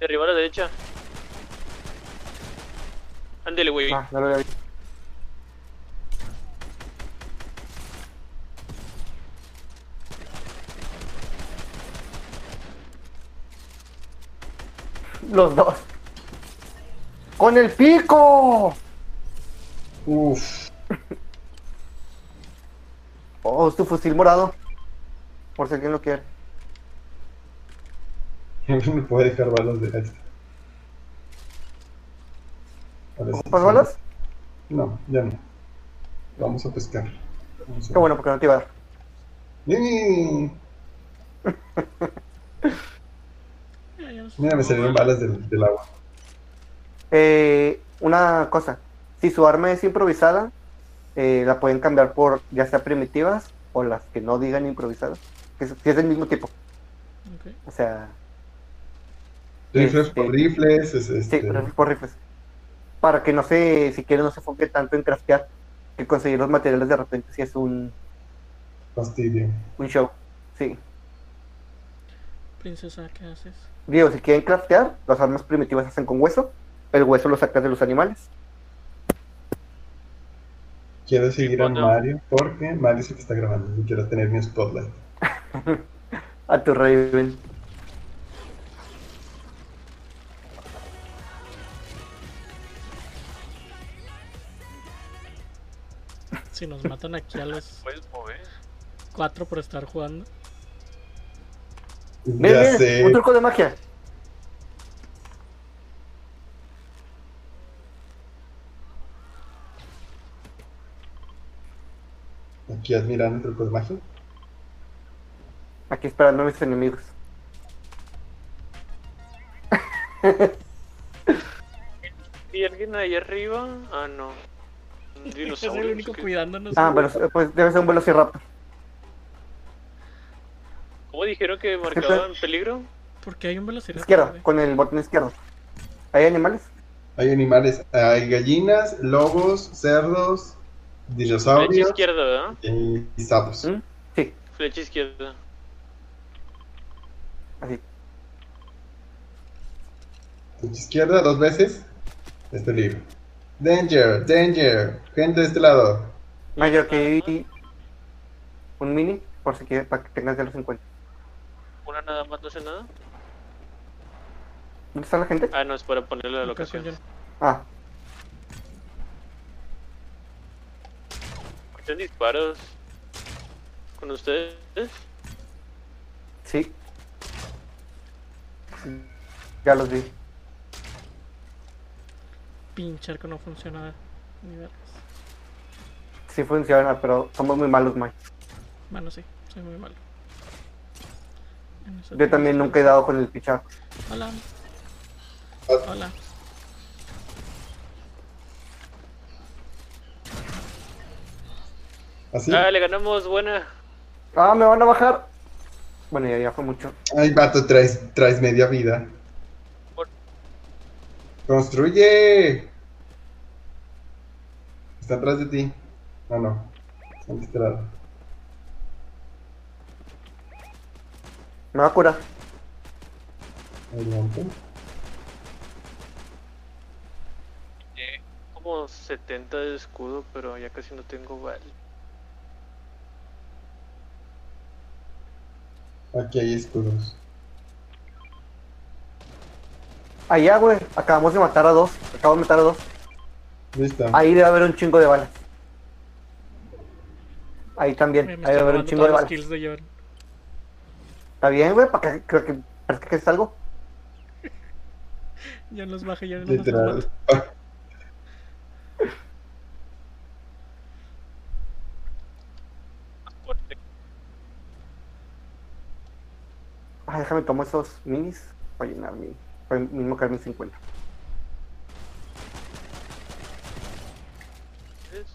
Speaker 1: De arriba a la derecha. Ándele, güey.
Speaker 4: Ah, no lo había visto. Los dos. ¡Con el pico!
Speaker 3: Uf. <laughs>
Speaker 4: Oh, es tu fusil morado. Por si alguien lo quiere.
Speaker 3: Ya no me puede dejar balas de esta. Ahora sí.
Speaker 4: ¿Ocupas balas?
Speaker 3: No, ya no. Vamos a pescar. Vamos a-
Speaker 4: Qué bueno, porque no te iba a dar.
Speaker 3: ¡Yay!
Speaker 2: Ya, ya nos-
Speaker 3: Mira, me salieron balas del, del agua.
Speaker 4: Eh, una cosa, si su arma es improvisada, eh, la pueden cambiar por ya sea primitivas o las que no digan improvisadas, que es, si es del mismo tipo,
Speaker 2: Ok.
Speaker 4: o sea,
Speaker 3: Rifles
Speaker 4: Este-
Speaker 3: por rifles, es
Speaker 4: sí,
Speaker 3: este.
Speaker 4: rifles por rifles. Para que no se, si quieren, no se enfoque tanto en craftear, que conseguir los materiales de repente si es un,
Speaker 3: Fastidio.
Speaker 4: un show. Sí.
Speaker 2: Princesa, ¿qué haces?
Speaker 4: Digo, si quieren craftear, las armas primitivas se hacen con hueso, el hueso lo sacas de los animales.
Speaker 3: Quiero seguir a
Speaker 1: Tipo, no.
Speaker 3: Mario porque Mario es el que está grabando y quiero tener mi spotlight.
Speaker 4: A tu Raven.
Speaker 2: Si nos matan aquí a las
Speaker 1: Puedes mover.
Speaker 2: 4 por estar jugando.
Speaker 4: Miren,
Speaker 3: ya
Speaker 4: miren,
Speaker 3: sé.
Speaker 4: un truco de magia.
Speaker 3: Aquí admirando trucos mágicos.
Speaker 4: Aquí esperando a mis enemigos.
Speaker 1: ¿Y alguien ahí arriba? Ah,
Speaker 2: <laughs>
Speaker 1: no. Un
Speaker 2: Es
Speaker 1: dinosaurio.
Speaker 2: el
Speaker 1: no
Speaker 2: único
Speaker 1: sé qué.
Speaker 2: cuidándonos.
Speaker 4: Ah, bueno, pues debe ser un velociraptor.
Speaker 1: ¿Cómo dijeron que marcaban peligro?
Speaker 2: Porque hay un velociraptor.
Speaker 4: Izquierda,
Speaker 2: güey.
Speaker 4: con el botón izquierdo. ¿Hay animales?
Speaker 3: Hay animales, hay gallinas, lobos, cerdos,
Speaker 1: Flecha
Speaker 3: dinosaurios
Speaker 1: izquierda, ¿verdad?
Speaker 3: y y sapos.
Speaker 4: ¿Mm? Sí,
Speaker 1: Flecha izquierda.
Speaker 4: así.
Speaker 3: Flecha izquierda dos veces. Es peligro. Danger, danger. Gente de este lado.
Speaker 4: Mayor que Ah, un mini, por si quieres, para que tengas de los 50.
Speaker 1: Una nada más no hace nada.
Speaker 4: ¿Dónde está la gente?
Speaker 1: Ah, no, es para ponerle la
Speaker 2: Acá con
Speaker 1: locación.
Speaker 2: John.
Speaker 4: Ah,
Speaker 1: Escuchan disparos. ¿Con ustedes?
Speaker 4: sí. Ya los vi.
Speaker 2: Pinche arco no funciona. Ni vergas.
Speaker 4: Sí funciona, pero somos muy malos, Mike.
Speaker 2: Bueno, sí, soy muy malo. En eso
Speaker 4: Yo
Speaker 2: tengo-
Speaker 4: también nunca he dado con el pichado.
Speaker 2: Hola.
Speaker 3: Ah.
Speaker 2: Hola.
Speaker 3: Así.
Speaker 1: Ah, le ganamos, buena.
Speaker 4: Ah, me van a bajar. Bueno, ya, ya fue mucho.
Speaker 3: Ay, vato, traes, traes media vida.
Speaker 1: Por-
Speaker 3: ¡Construye! Está atrás de ti. No, no. Está de este lado.
Speaker 4: Me va a curar.
Speaker 3: Adelante.
Speaker 1: Eh, como 70 de escudo, pero ya casi no tengo val.
Speaker 3: Aquí hay escudos.
Speaker 4: Allá, güey. Acabamos de matar a dos. Acabo de matar a dos.
Speaker 3: Listo.
Speaker 4: Ahí debe haber un chingo de balas. Ahí también,
Speaker 2: Me-
Speaker 4: ahí
Speaker 2: me
Speaker 4: debe
Speaker 2: está
Speaker 4: haber un
Speaker 2: robando
Speaker 4: chingo de
Speaker 2: todos los
Speaker 4: balas.
Speaker 2: kills de John.
Speaker 4: Está bien, güey, para que creo que parece que es algo.
Speaker 2: John los baja y John los
Speaker 3: Literal. Ah,
Speaker 2: mata.
Speaker 4: Ay, Ah, déjame tomo esos minis para llenar mi. Para mismo caerme 50.
Speaker 1: ¿Ustedes?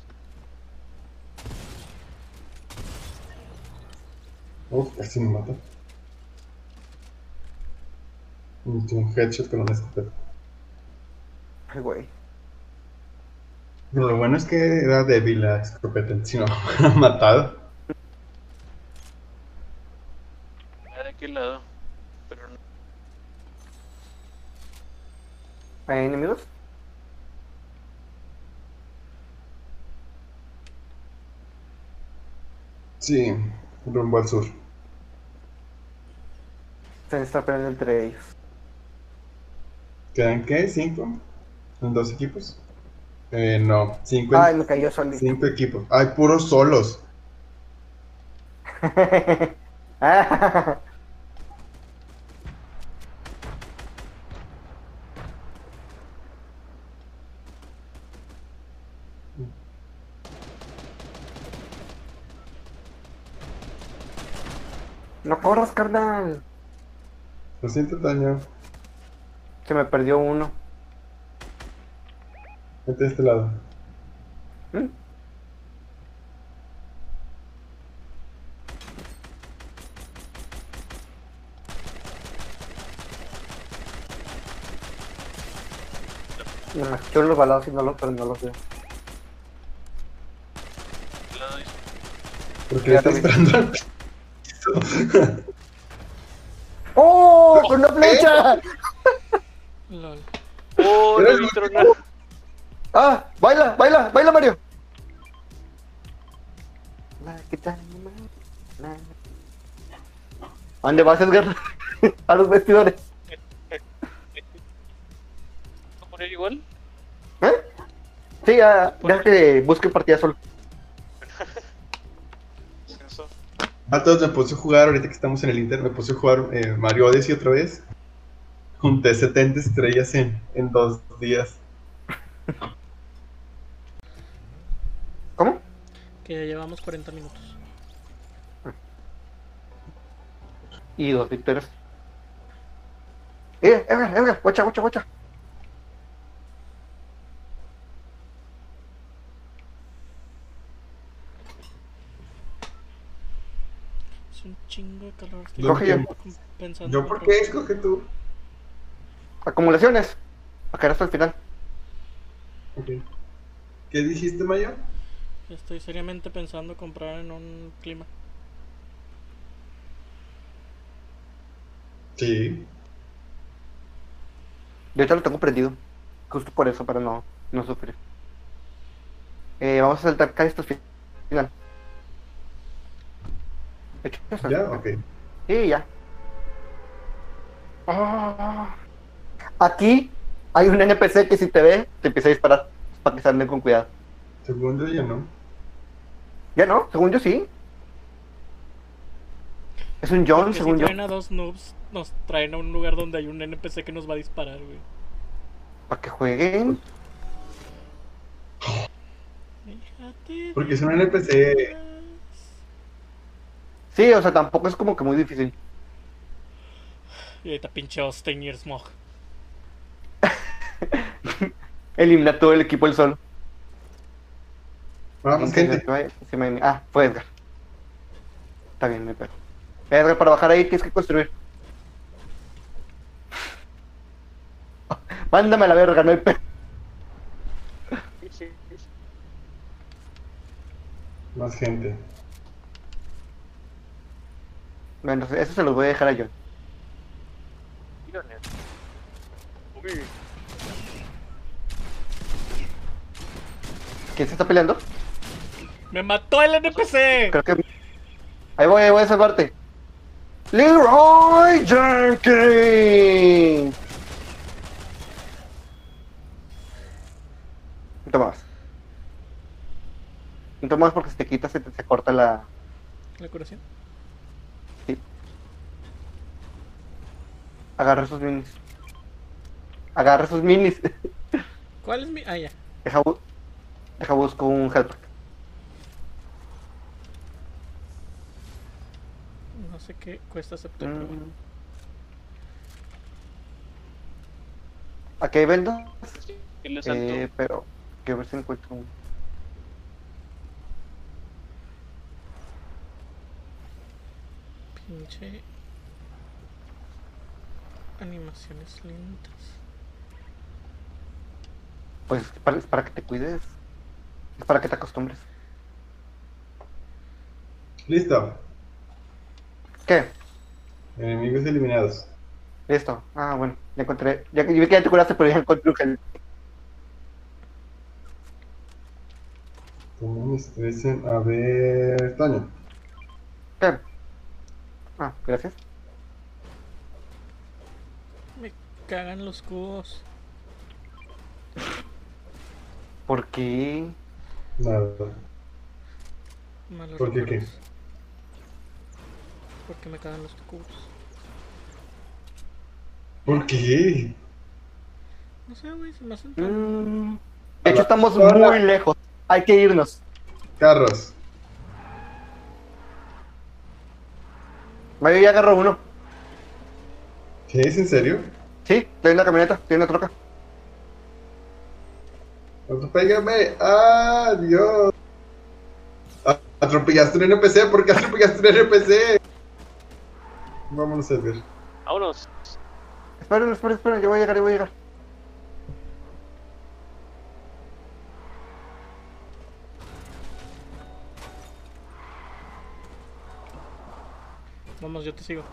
Speaker 3: Uf, casi me mata. Metí Un headshot con una escopeta.
Speaker 4: Ay, güey.
Speaker 3: Lo bueno es que era débil la escopeta, si no, <laughs> me han matado.
Speaker 1: Ah, ¿De aquel lado? Pero no.
Speaker 4: ¿Hay enemigos?
Speaker 3: Sí, rumbo al sur.
Speaker 4: Se está peleando entre ellos.
Speaker 3: ¿Quedan qué? ¿Cinco? ¿En dos equipos? Eh, no, cinco, en-
Speaker 4: Ay, me cayó solito.
Speaker 3: cinco equipos. Hay puros solos.
Speaker 4: Ah, <laughs> no corras, carnal.
Speaker 3: Lo siento, daño.
Speaker 4: Se me perdió uno.
Speaker 3: Vete a este lado.
Speaker 4: ¿Mm? Me escucho los balazos y no los, pero no los veo.
Speaker 1: del lado dice,
Speaker 3: Porque le está
Speaker 4: Ya te vi.
Speaker 3: esperando al <laughs> piso.
Speaker 4: ¡Oh! ¡Con una flecha!
Speaker 2: Lol.
Speaker 1: ¡Oh, no
Speaker 3: Pero es
Speaker 1: vi
Speaker 3: lo
Speaker 1: tronar!
Speaker 4: ¡Ah! ¡Baila! ¡Baila! ¡Baila, Mario! ¿A dónde vas, Edgar? <laughs> A los vestidores.
Speaker 1: ¿Va a poner igual?
Speaker 4: ¿Eh? Sí, ya, ya que busquen partida solo.
Speaker 1: Eso.
Speaker 3: A todos me puse a jugar, ahorita que estamos en el Inter, me puse a jugar eh, Mario Odyssey otra vez. Junté 70 estrellas en, en dos días.
Speaker 4: ¿Cómo?
Speaker 2: Que ya llevamos 40 minutos.
Speaker 4: Y dos victorias. ¡Eh, Edgar, Edgar! ¡Guacha, guacha, guacha!
Speaker 2: Es un chingo de calor.
Speaker 3: Yo
Speaker 4: Coge ya.
Speaker 2: estoy pensando
Speaker 3: ¿Yo
Speaker 2: en
Speaker 3: por
Speaker 2: otro.
Speaker 3: qué escoge tú?
Speaker 4: Acumulaciones. Acá hasta el final.
Speaker 3: Ok. ¿Qué dijiste, Mayo?
Speaker 2: Estoy seriamente pensando comprar en un clima.
Speaker 3: Sí.
Speaker 4: Yo ya lo tengo prendido. Justo por eso, para no, no sufrir. Eh, vamos a saltar acá hasta el final. De hecho, ya salté.
Speaker 3: ¿Ya? Ok.
Speaker 4: Sí, ya. Ah. Aquí hay un NPC que si te ve, te empieza a disparar. Para que se anden con cuidado.
Speaker 3: Segundo ya no.
Speaker 4: Ya no, según yo sí. Es un John,
Speaker 2: Que si
Speaker 4: según yo.
Speaker 2: traen a dos noobs, nos traen a un lugar donde hay un NPC que nos va a disparar, güey.
Speaker 4: Para que jueguen.
Speaker 2: Fíjate.
Speaker 3: Porque es un NPC.
Speaker 4: Sí, o sea, tampoco es como que muy difícil.
Speaker 2: Y ahorita pinche Austin y el Smog.
Speaker 4: Eliminar todo el equipo el solo.
Speaker 3: Vamos, Ah, gente.
Speaker 4: Se me- Ah, fue Edgar. Está bien, me pego. Edgar, para bajar ahí tienes que construir. <laughs> Mándame a la verga, no hay pedo.
Speaker 3: Más gente.
Speaker 4: Bueno, eso se los voy a dejar a John.
Speaker 1: Millones. Uy,
Speaker 4: ¿Quién se está peleando?
Speaker 2: ¡Me mató el NPC!
Speaker 4: Creo que. Ahí voy, ahí voy a salvarte. Leroy Jenkins. No tomas. No tomas porque si te quitas se te se corta la.
Speaker 2: ¿La curación?
Speaker 4: Agarra sus minis. Agarra sus minis. <laughs>
Speaker 2: ¿Cuál es mi...? Ah, ya.
Speaker 4: Deja, bu- deja busco un helper.
Speaker 2: No sé qué cuesta aceptar.
Speaker 4: Mm.
Speaker 2: pero bueno.
Speaker 4: Aquí hay vendas,
Speaker 1: ¿qué le saltó?
Speaker 4: eh, pero quiero ver si encuentro uno.
Speaker 2: Pinche... Animaciones lentas.
Speaker 4: Pues para, es para que te cuides. Es para que te acostumbres.
Speaker 3: Listo.
Speaker 4: ¿Qué?
Speaker 3: Enemigos eliminados.
Speaker 4: Listo. Ah, bueno. Ya encontré. Ya que- yo vi que ya te curaste, pero ya encontré un gel.
Speaker 3: No me estresen. A ver, Toño.
Speaker 4: ¿Qué? Ah, gracias.
Speaker 2: Me cagan los cubos.
Speaker 4: ¿Por qué?
Speaker 3: Nada.
Speaker 2: Malos
Speaker 3: ¿Por qué qué?
Speaker 2: recuerdos. Porque me cagan los cubos.
Speaker 3: ¿Por qué?
Speaker 2: No sé, güey, se me hacen tan-
Speaker 4: Mm. De hecho, estamos
Speaker 3: Hola.
Speaker 4: muy lejos. Hay que irnos.
Speaker 3: Carros.
Speaker 4: Mario ya agarró uno.
Speaker 3: ¿Qué es en serio?
Speaker 4: Sí, estoy en la camioneta, estoy en la troca.
Speaker 3: Atropéllame. Adiós. A- Atropellaste un NPC. ¿Por qué atropellaste un NPC? Vámonos a ver.
Speaker 1: Vámonos. <laughs>
Speaker 4: Esperen, esperen, esperen, yo voy a llegar, yo voy a llegar.
Speaker 2: Vamos, yo te sigo.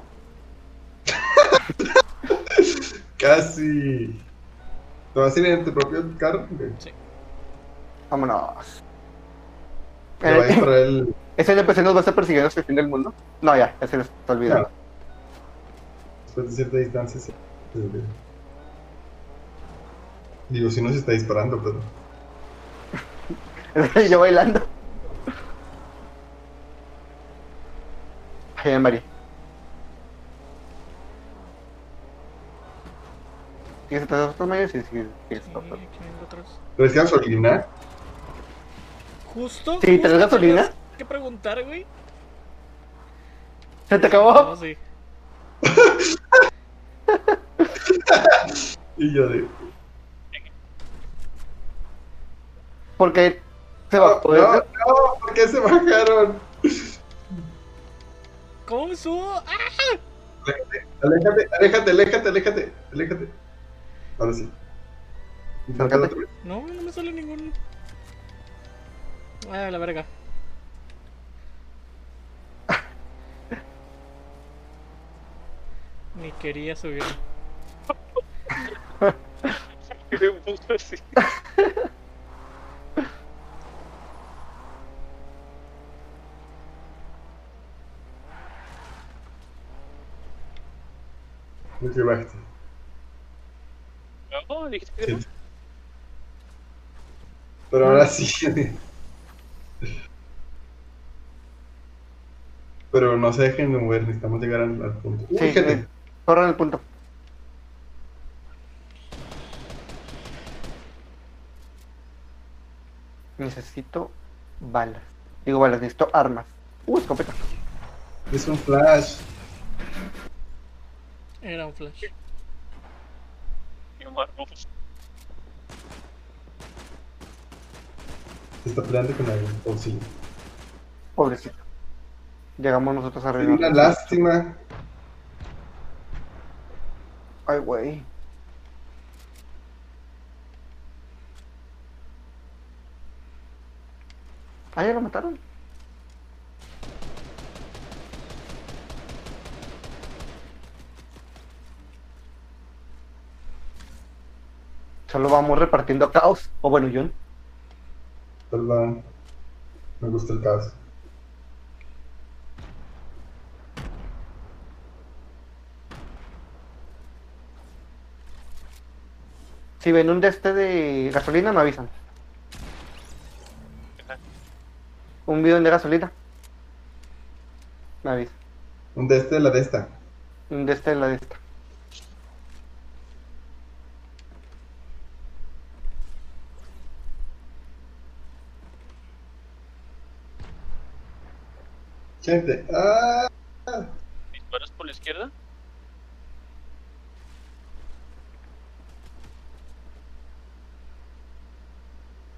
Speaker 3: Casi. ¿Te vas a ir en tu propio carro?
Speaker 4: Vámonos.
Speaker 3: Te va a
Speaker 4: Eh,
Speaker 3: entrar el.
Speaker 4: <laughs> ese NPC nos va a estar persiguiendo hasta el fin del mundo. No, ya, ya se les está olvidando.
Speaker 3: Después de cierta distancia, sí. Digo, si no se está disparando, pero.
Speaker 4: Y yo bailando. Ay, Mari. ¿Tienes atrás otros medios? Sí, sí, sí,
Speaker 2: Sí,
Speaker 4: está todo.
Speaker 2: aquí vengo atrás.
Speaker 3: ¿Traes gasolina?
Speaker 2: Justo.
Speaker 4: Sí, ¿traes
Speaker 2: justo
Speaker 4: gasolina?
Speaker 2: tenías que preguntar, güey?
Speaker 4: ¿Se te
Speaker 2: No,
Speaker 4: acabó?
Speaker 2: sí.
Speaker 3: Y yo de.
Speaker 4: Porque se va
Speaker 3: No,
Speaker 4: a poder.
Speaker 3: "Ah, no, no, ¿por qué se bajaron?
Speaker 2: ¿Cómo me subo? ¡Ah!
Speaker 3: Aléjate, aléjate, aléjate, aléjate, aléjate. Ahora sí. Inténtalo otra vez.
Speaker 2: No, güey, no me sale ningún. Ah, la <laughs> verga. Ni quería subir.
Speaker 1: Me puso así.
Speaker 3: No te bajes.
Speaker 1: No, dijiste que no.
Speaker 3: Pero ahora sí. <laughs> Pero no se dejen de mover, necesitamos llegar al, al punto. Uy,
Speaker 4: Sí,
Speaker 3: gente.
Speaker 4: sí. Corran el punto. Necesito balas. Digo balas, necesito armas. Uh, escopeta.
Speaker 3: Es un flash.
Speaker 2: Era un flash.
Speaker 1: Y Omar, no, pues,
Speaker 3: Se está peleando con alguien. Oh, sí.
Speaker 4: Pobrecito. Llegamos nosotros
Speaker 3: Sería
Speaker 4: arriba.
Speaker 3: una lástima.
Speaker 4: Ay, güey. Ah, ya lo mataron. Solo vamos repartiendo caos. O bueno, John.
Speaker 3: Perdón. Me gusta el caos.
Speaker 4: Si ven un de este de gasolina, me avisan. Un bidón de gasolina. Me avisan.
Speaker 3: Un de este, la de esta.
Speaker 4: Un de este de la de esta.
Speaker 3: Gente. ¡Ah!
Speaker 1: disparas por la izquierda.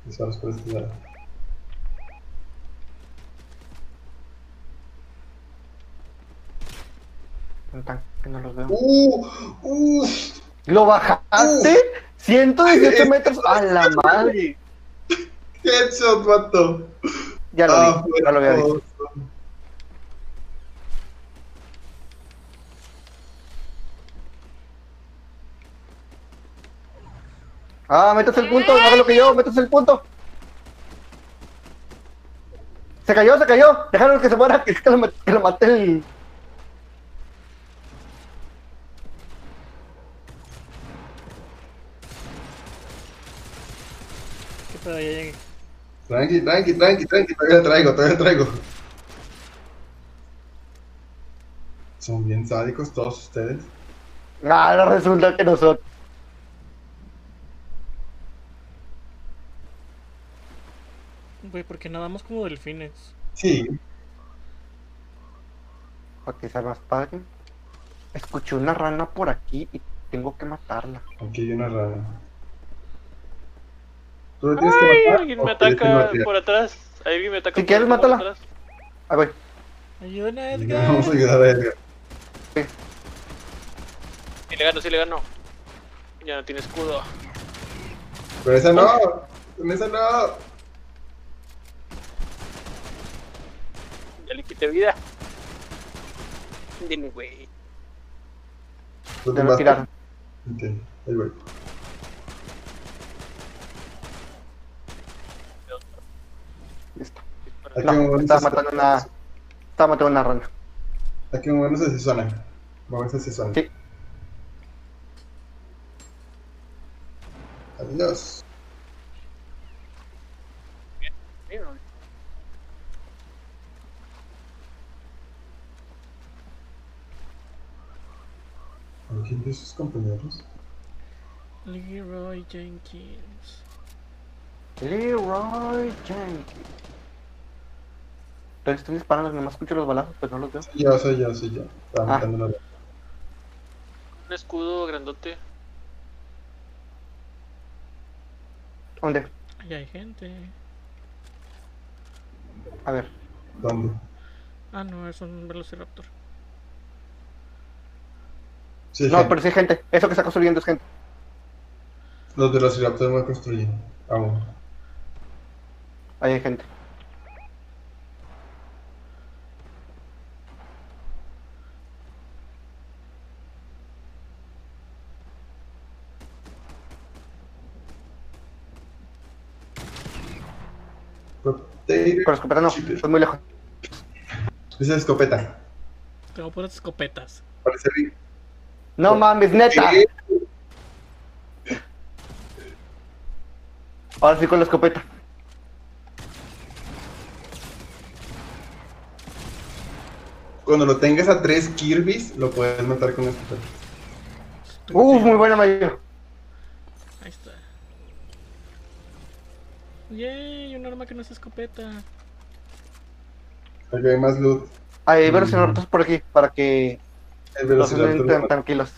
Speaker 3: Disparos por este lado.
Speaker 4: Un tanque, no los veo.
Speaker 3: ¡Uh! ¡Uh!
Speaker 4: ¿Lo bajaste?
Speaker 3: Uh, <laughs>
Speaker 4: Si 117 metros. ¡A la madre!
Speaker 3: Headshot, vato.
Speaker 4: Ya lo
Speaker 3: Ah,
Speaker 4: vi, ya lo había visto.
Speaker 3: bueno.
Speaker 4: Ah, métase el punto, haga lo que yo, métase el punto. Se cayó, se cayó. Dejaron que se muera, <laughs> que, que lo, ma- que lo maté el.
Speaker 2: ¿Qué pedo? Ya llegué.
Speaker 3: Tranqui, tranqui, tranqui, tranqui, todavía lo traigo, todavía lo traigo. Son bien sádicos todos ustedes.
Speaker 4: Ah, ahora resulta que nosotros.
Speaker 2: Güey, porque nadamos como delfines.
Speaker 3: Sí.
Speaker 4: Para que sea más padre. Escuché una rana por aquí y tengo que matarla.
Speaker 3: Aquí hay una rana. ¿Tú lo tienes
Speaker 1: Ay,
Speaker 3: que matar?
Speaker 1: alguien
Speaker 3: o
Speaker 1: me
Speaker 3: quieres que lo
Speaker 1: ataca
Speaker 3: mate?
Speaker 1: por atrás. Alguien me ataca
Speaker 4: Si
Speaker 1: por
Speaker 4: quieres,
Speaker 1: por
Speaker 4: mátala.
Speaker 1: atrás.
Speaker 4: Ahí voy.
Speaker 2: Ayuden a
Speaker 3: Venga,
Speaker 2: Edgar.
Speaker 4: <laughs>
Speaker 3: Vamos a ayudar a Edgar.
Speaker 1: Sí le gano, sí le gano. Ya no tiene escudo.
Speaker 3: Pero esa no. Con esa no.
Speaker 1: Ya le quité vida. Dime, güey.
Speaker 3: Tú
Speaker 4: Ya
Speaker 3: te
Speaker 4: lo
Speaker 3: vas-
Speaker 4: tiraron.
Speaker 3: Ok, ahí voy.
Speaker 4: Listo.
Speaker 3: Hay que
Speaker 4: No,
Speaker 3: movernos
Speaker 4: estaba
Speaker 3: hacia-
Speaker 4: matando una. Estaba matando una rana.
Speaker 3: Hay que movernos hacia zona. Vamos hacia zona.
Speaker 4: Sí.
Speaker 3: Adiós.
Speaker 1: Mira,
Speaker 3: ¿Quién de sus compañeros?
Speaker 2: Leroy Jenkins.
Speaker 4: Leroy Jenkins. Pero estoy disparando, nomás escucho los balazos, pero no los veo.
Speaker 3: Soy yo, soy yo, soy yo. Estaba
Speaker 4: Ah.
Speaker 3: matando una-
Speaker 1: Un escudo grandote.
Speaker 4: ¿Dónde?
Speaker 2: Ahí hay gente.
Speaker 4: A ver.
Speaker 3: ¿Dónde?
Speaker 2: Ah, no, es un velociraptor.
Speaker 3: Sí,
Speaker 4: No,
Speaker 3: gente.
Speaker 4: pero sí hay gente. Eso que está construyendo es gente.
Speaker 3: Los de los Velociraptors no construyen. Aún.
Speaker 4: Ahí hay gente.
Speaker 3: Potato.
Speaker 4: Pero escopeta no, es muy lejos.
Speaker 3: Esa escopeta.
Speaker 2: Tengo puras escopetas.
Speaker 3: Parece bien.
Speaker 4: No mames, neta.
Speaker 3: Sí.
Speaker 4: Ahora sí con la escopeta.
Speaker 3: Cuando lo tengas a tres Kirby's, lo puedes matar con escopeta.
Speaker 4: Uf, muy buena mayor.
Speaker 2: Ahí está. Yay, un arma que no es escopeta.
Speaker 3: Porque hay más loot.
Speaker 4: Ahí
Speaker 3: Mm.
Speaker 4: velociraptors por aquí para que
Speaker 3: El
Speaker 4: los anden tan-
Speaker 3: Velociraptor.
Speaker 4: tranquilos.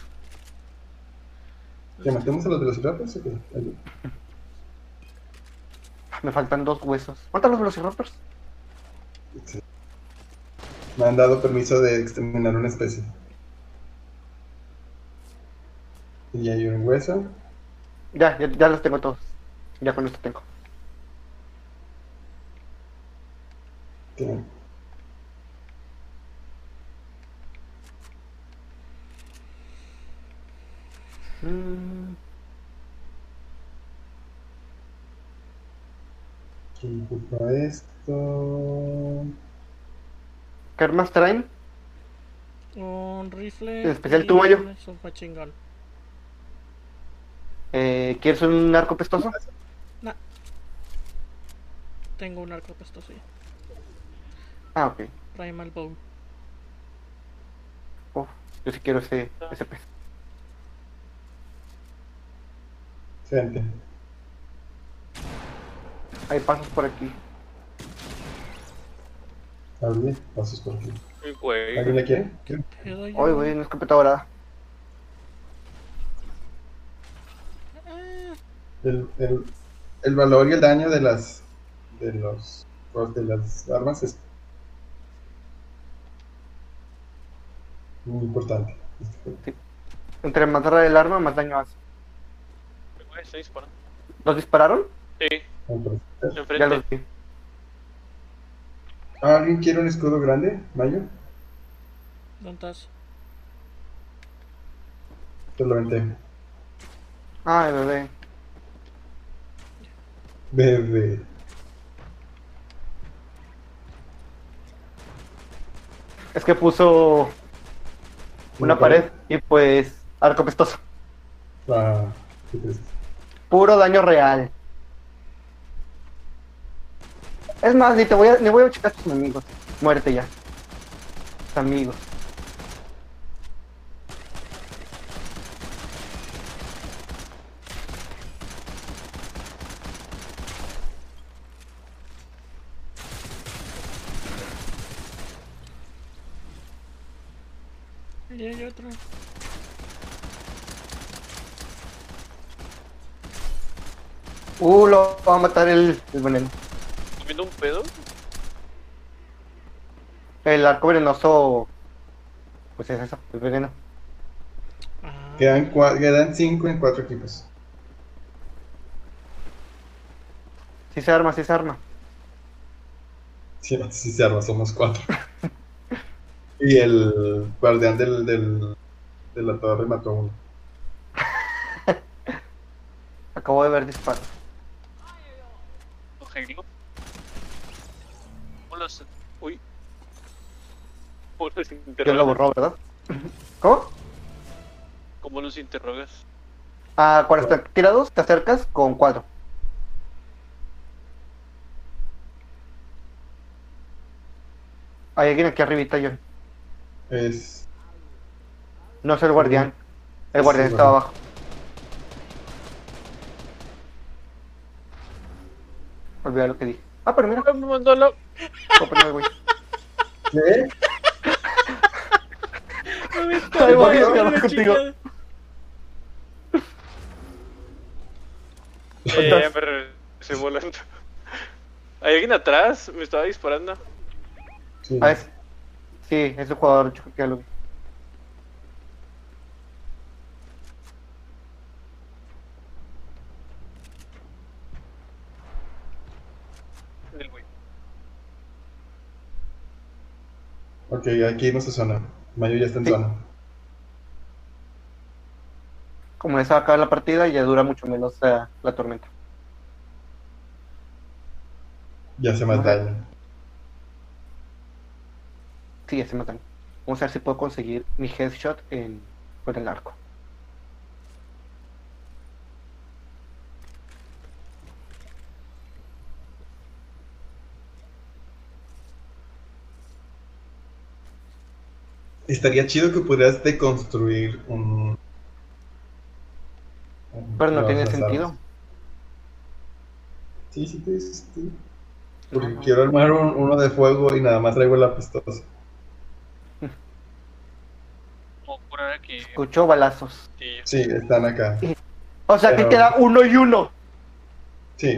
Speaker 3: ¿Que matemos a los Velociraptors o qué? Ahí.
Speaker 4: Me faltan dos huesos. ¿Cuántos los velociraptors?
Speaker 3: Me han dado permiso de exterminar una especie. Y hay un hueso.
Speaker 4: Ya, ya, ya los tengo todos. Ya con esto tengo.
Speaker 3: que-
Speaker 4: Mm,
Speaker 3: ¿Quién ocupa esto?
Speaker 4: ¿Qué armas traen?
Speaker 2: Un rifle.
Speaker 4: En especial
Speaker 2: y
Speaker 4: tú, Mayo.
Speaker 2: un- Es un machingón.
Speaker 4: Eh, ¿Quieres un arco pestoso?
Speaker 2: Tengo un arco apestoso ya.
Speaker 4: Ah, ok.
Speaker 2: Primal Bow.
Speaker 4: Uf, yo sí quiero ese, ese pez.
Speaker 3: Gente.
Speaker 4: Hay pasos por aquí.
Speaker 3: Abrí. Pasos por aquí.
Speaker 1: Güey.
Speaker 3: ¿Alguien la quiere? ¿Quiere?
Speaker 2: Pedo yo.
Speaker 4: Ay, güey, una escopeta dorada.
Speaker 2: Ah,
Speaker 3: El, el, el valor y el daño de las de los pues, de las armas es muy importante. Este,
Speaker 4: Entre más rara el arma, más daño hace.
Speaker 1: güey. me estoy disparando.
Speaker 4: ¿Los dispararon?
Speaker 1: Sí,
Speaker 4: Ya
Speaker 1: enfrente.
Speaker 4: los vi.
Speaker 3: ¿Alguien quiere un escudo grande, Mayo?
Speaker 2: ¿Dónde estás?
Speaker 3: Te lo aventé.
Speaker 4: Ay, bebé.
Speaker 3: Desde.
Speaker 4: Es que puso una pared y pues arco pestoso.
Speaker 3: Ah, qué triste.
Speaker 4: Puro daño real. Es más, ni te voy a, ni voy a checar a tus amigos. Muerte ya. Tus amigos.
Speaker 2: Y hay otro.
Speaker 4: Uh, lo va a matar el, el veneno.
Speaker 1: ¿Estás viendo un pedo?
Speaker 4: El arco venenoso. Pues es eso, el veneno.
Speaker 2: Ah,
Speaker 3: Quedan, cua- quedan cinco en cuatro equipos.
Speaker 4: Si se arma, si se arma.
Speaker 3: Si se arma, somos
Speaker 4: <laughs>
Speaker 3: cuatro. y el guardián del, del, de la torre mató a uno.
Speaker 4: Acabo de ver disparos.
Speaker 1: Cogelo. ¿Cómo los- Uy. ¿Cómo los
Speaker 4: Yo lo
Speaker 1: interrogas?
Speaker 4: borró, ¿verdad? ¿Cómo?
Speaker 1: ¿Cómo los interrogas?
Speaker 4: A cuando están tirados, te acercas con cuatro. Hay alguien aquí arribita, yo.
Speaker 3: Es.
Speaker 4: No es el guardián. El
Speaker 3: Sí,
Speaker 4: guardián
Speaker 3: bueno.
Speaker 4: estaba abajo. Olvidé lo que dije. Ah, pero mira,
Speaker 1: Me mandó la...
Speaker 4: compañero, güey.
Speaker 3: ¿Qué?
Speaker 2: <laughs> no me está
Speaker 4: Ahí voy,
Speaker 2: viendo,
Speaker 4: ahí voy
Speaker 2: la
Speaker 4: contigo.
Speaker 2: chingada.
Speaker 1: Eh, me regresé volando. ¿Hay alguien atrás? Me estaba disparando.
Speaker 3: Sí.
Speaker 4: Ah, es- Sí, es el jugador yo creo que ya lo vi.
Speaker 1: Del güey.
Speaker 3: Ok, aquí no se zona. Mayo ya está en
Speaker 4: Sí.
Speaker 3: zona.
Speaker 4: Como esa va a acabar la partida, ya dura mucho menos eh, la tormenta.
Speaker 3: Ya se más
Speaker 4: Ajá.
Speaker 3: daño.
Speaker 4: Sí, ya se matan. Vamos a ver si puedo conseguir mi headshot en, con el arco.
Speaker 3: Estaría chido que pudieras deconstruir un. un-
Speaker 4: Pero no
Speaker 3: las-
Speaker 4: tiene
Speaker 3: las
Speaker 4: sentido.
Speaker 3: armas. Sí, sí, tiene sentido. Porque
Speaker 4: Ajá.
Speaker 3: quiero armar un- uno de fuego y nada más traigo la pistola.
Speaker 1: Puedo curar aquí.
Speaker 4: Escucho balazos.
Speaker 1: Y
Speaker 3: Sí, están acá.
Speaker 4: O sea,
Speaker 3: Pero-
Speaker 4: que queda uno y uno.
Speaker 3: Sí.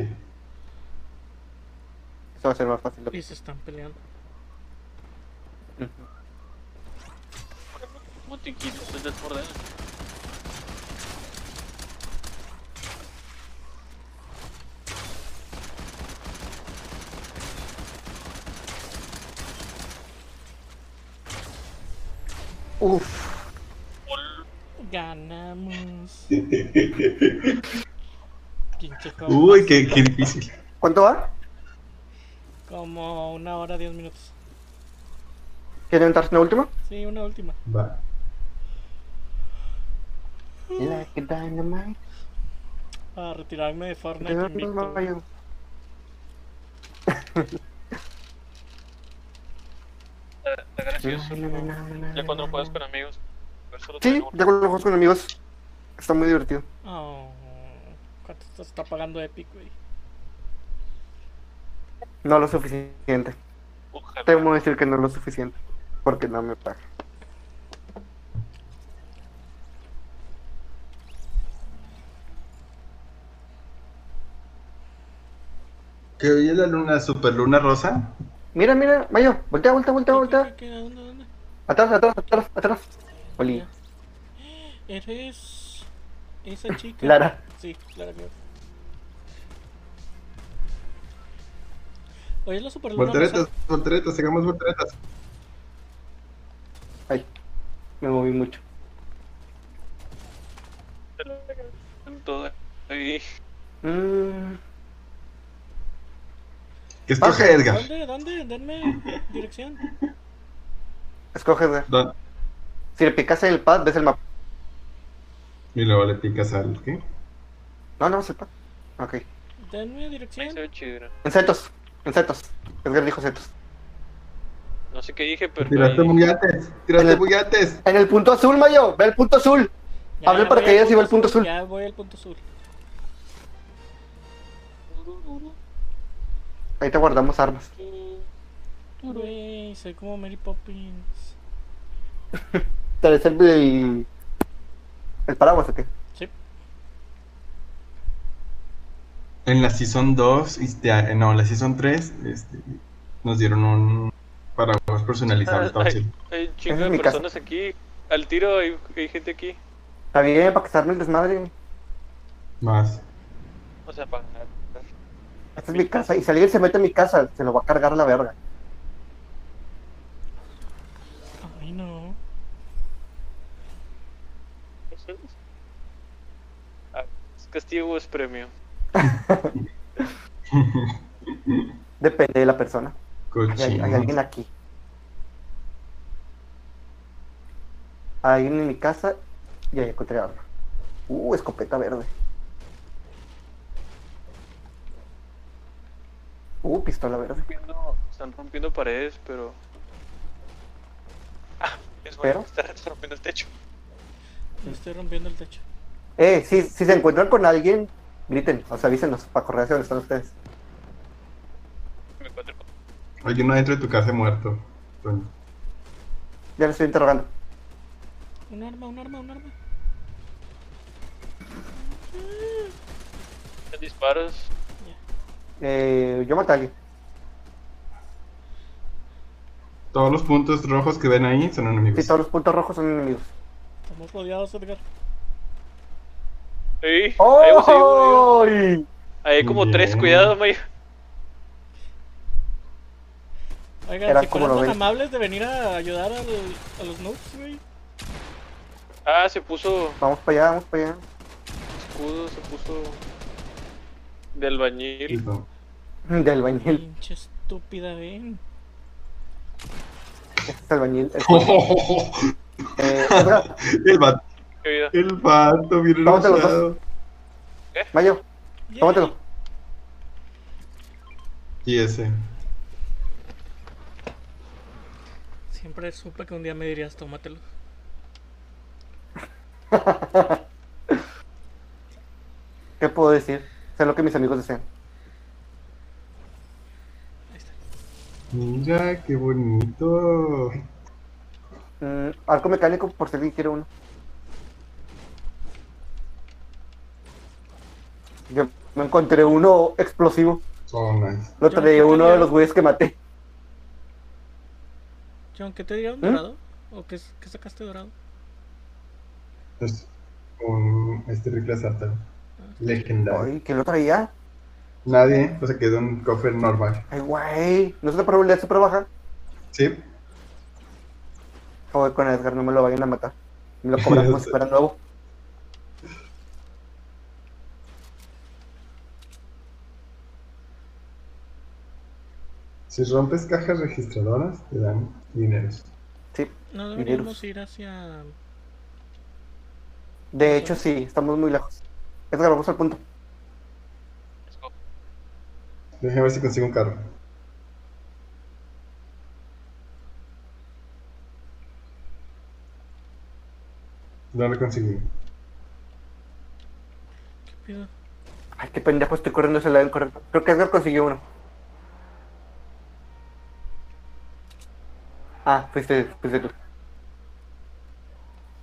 Speaker 4: Eso va a ser más fácil.
Speaker 2: Y se están peleando.
Speaker 4: Ujú.
Speaker 1: botiquín, estoy desbordado.
Speaker 4: Uf,
Speaker 3: <laughs>
Speaker 2: Ganamos. Pinche juego.
Speaker 3: Uy, qué, qué difícil.
Speaker 4: ¿cuánto va?
Speaker 2: Como una hora, diez minutos.
Speaker 4: ¿Quieren entrar en la última?
Speaker 2: Sí, una última.
Speaker 3: Va.
Speaker 4: Like dynamite.
Speaker 2: Para retirarme de Fortnite invicto.
Speaker 4: Dynamite.
Speaker 1: Está gracioso. Ya cuando juegas con amigos. pero solo
Speaker 4: Sí,
Speaker 1: tengo-
Speaker 4: ya cuando lo juego con amigos. Está muy divertido.
Speaker 2: Oh, ¿Cuánto te está pagando Epic, güey?
Speaker 4: No lo suficiente.
Speaker 1: Ojalá.
Speaker 4: Tengo que decir que no lo suficiente. Porque no me paga.
Speaker 3: ¿Que hoy es la luna, superluna rosa?
Speaker 4: Mira, mira, Mayo, voltea, voltea, voltea,
Speaker 2: ¿Qué,
Speaker 4: voltea.
Speaker 2: qué, qué? ¿Dónde, dónde?
Speaker 4: Atrás, atrás, atrás, atrás. Oli.
Speaker 2: Ya. Eres. Esa chica.
Speaker 4: Lara.
Speaker 2: Sí, Lara Croft. Oye, es la superluna
Speaker 3: Volteretas,
Speaker 2: rosa.
Speaker 3: volteretas, sigamos volteretas.
Speaker 4: Ay, me moví mucho.
Speaker 1: Todo ahí.
Speaker 4: Mm,
Speaker 3: Que escoge Edgar.
Speaker 2: ¿Dónde? ¿Dónde? Denme dirección.
Speaker 4: escoge, güey.
Speaker 3: Don-
Speaker 4: Si le picas el pad, ves el mapa.
Speaker 3: Y luego le picas al qué.
Speaker 4: No, no, es el pad. Ok.
Speaker 2: Denme
Speaker 1: Ahí se
Speaker 2: dirección.
Speaker 1: ve chido.
Speaker 4: En setos, en setos. Edgar dijo setos.
Speaker 1: No sé qué dije, pero.
Speaker 3: Tiraste
Speaker 1: ahí-
Speaker 3: muy antes, tiraste muy antes.
Speaker 4: En el punto azul, Mayo. Ve el punto azul.
Speaker 2: Ya
Speaker 4: Hablé para
Speaker 2: voy
Speaker 4: que
Speaker 2: al
Speaker 4: hayas ido al punto azul.
Speaker 2: Ya voy al punto azul.
Speaker 4: Ahí te guardamos armas.
Speaker 2: Güey, soy como Mary Poppins.
Speaker 4: Te ves el, el, el paraguas, ¿o qué?
Speaker 2: Sí.
Speaker 3: En la Season 2, este, ah, no, en la Season 3, este, nos dieron un paraguas personalizado. estaba
Speaker 1: Ay,
Speaker 3: chido.
Speaker 1: Hay un chingo
Speaker 4: Esa es
Speaker 1: de
Speaker 4: mi casa.
Speaker 1: personas aquí. Al tiro hay, hay gente aquí.
Speaker 4: Está bien, para que se arme el desmadre.
Speaker 3: Más.
Speaker 1: O sea, para. <laughs>
Speaker 4: Esta es mi casa. Y si alguien se mete en mi casa, se lo va a cargar la verga.
Speaker 2: Ay, no.
Speaker 1: Ah, Es castigo o es premio.
Speaker 4: Depende de la persona. Hay, hay
Speaker 3: Cochino.
Speaker 4: alguien aquí. Hay alguien en mi casa. Y ahí encontré arma. Uh, escopeta verde. Uh, pistola verde.
Speaker 1: Rompiendo- están rompiendo paredes, pero. <laughs> Ah, es
Speaker 4: ¿Pero?
Speaker 1: bueno. Están rompiendo el techo.
Speaker 2: Le estoy rompiendo el techo.
Speaker 4: Eh, si, si se encuentran con alguien, griten, o sea, avísenos para correr hacia donde están ustedes.
Speaker 1: Me encuentro con-
Speaker 3: Hay uno dentro de tu casa muerto. Toño.
Speaker 4: Ya les estoy interrogando.
Speaker 2: Un arma, un arma, un arma.
Speaker 1: Hay disparos.
Speaker 4: Eh, yo maté a alguien.
Speaker 3: Todos los puntos rojos que ven ahí son
Speaker 4: Sí,
Speaker 3: enemigos.
Speaker 4: todos los puntos rojos son enemigos.
Speaker 2: Estamos rodeados, Edgar.
Speaker 1: Ahí, ahí va, ahí va, ahí va.
Speaker 4: ¡Oh!
Speaker 1: Ahí hay como
Speaker 3: Muy
Speaker 1: tres,
Speaker 3: bien.
Speaker 1: cuidado, May.
Speaker 2: Oigan,
Speaker 4: Era
Speaker 2: si
Speaker 4: como
Speaker 2: fueran tan
Speaker 4: 90.
Speaker 2: amables de venir a ayudar al- a los noobs, güey.
Speaker 1: Ah, se puso
Speaker 4: Vamos para allá, vamos para allá.
Speaker 1: escudo, se puso. Del bañil.
Speaker 3: Listo.
Speaker 4: De albañil,
Speaker 2: Pinche estúpida, ¿eh? ven.
Speaker 4: este es albañil. este-
Speaker 3: Oh,
Speaker 4: eh, Edgar,
Speaker 3: <laughs> el, vato,
Speaker 1: Qué vida.
Speaker 3: el vato, bien
Speaker 4: Vamos a los
Speaker 3: enojado.
Speaker 4: Mayo,
Speaker 2: Yay.
Speaker 4: tómatelo.
Speaker 3: Y ese.
Speaker 2: Siempre supe que un día me dirías, tómatelo.
Speaker 4: ¿Qué puedo decir? Sé lo que mis amigos desean.
Speaker 2: Ahí está.
Speaker 3: Mira, qué bonito.
Speaker 4: Mm, arco mecánico, por si alguien quiere uno. Yo me encontré uno explosivo.
Speaker 3: Son Oh, nice.
Speaker 4: Lo
Speaker 2: Yo
Speaker 4: traía
Speaker 2: encontré-
Speaker 4: uno de los güeyes que maté.
Speaker 2: John, ¿qué te dieron
Speaker 4: ¿Mm?
Speaker 2: dorado? ¿O qué, qué sacaste dorado?
Speaker 3: Es un, este rifle sarta. Legendario.
Speaker 4: Ay, ¿quién lo traía?
Speaker 3: Nadie, o sea, quedó un cofre normal.
Speaker 4: Ay, güey, no es una probabilidad súper baja.
Speaker 3: Sí,
Speaker 4: Joder, con Edgar, no me lo vayan a matar. Me lo cobran como si fuera nuevo.
Speaker 3: si rompes cajas registradoras, te dan dineros.
Speaker 4: Sí.
Speaker 2: No
Speaker 4: Mineros.
Speaker 2: deberíamos ir hacia.
Speaker 4: De hecho, sí, estamos muy lejos. Edgar, vamos al punto.
Speaker 3: Déjame ver si consigo un carro. No lo conseguí.
Speaker 2: ¿Qué pido?
Speaker 4: Ay, qué pendejo, estoy corriendo hacia el lado incorrecto. Creo que Edgar consiguió uno. Ah, fuiste, fuiste tú.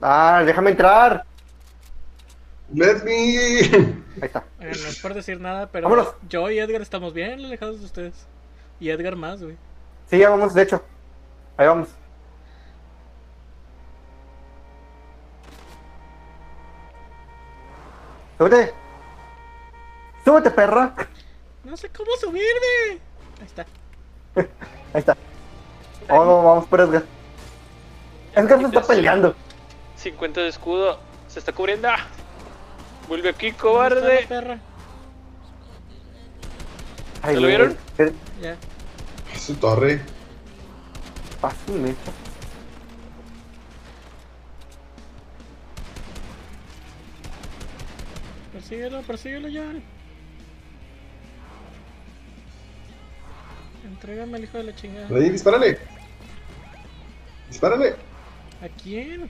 Speaker 4: Ah, déjame entrar.
Speaker 3: ¡Let me!
Speaker 4: Ahí está.
Speaker 2: Oigan, no es por decir nada, pero
Speaker 4: Vámonos.
Speaker 2: yo y Edgar estamos bien alejados de ustedes. Y Edgar más, güey.
Speaker 4: Sí, ya vamos, de hecho. Ahí vamos. ¡Súbete! ¡Súbete, perra!
Speaker 2: No sé cómo subirme. Ahí está.
Speaker 4: Ahí está. Oh, no, vamos por Edgar. Edgar se está peleando.
Speaker 1: 50 de escudo. Se está cubriendo. ¡Ah! Vuelve aquí,
Speaker 2: ¿Dónde está la
Speaker 1: cobarde.
Speaker 2: perra?
Speaker 4: Ay,
Speaker 1: ¿Lo vieron?
Speaker 4: eh,
Speaker 2: Ya.
Speaker 3: <laughs> Su torre.
Speaker 4: Fácil, neta.
Speaker 2: Persíguelo, persíguelo ya. Entrégame al hijo de la chingada.
Speaker 3: Vladimir, dispárale. Dispárale.
Speaker 2: ¿A quién?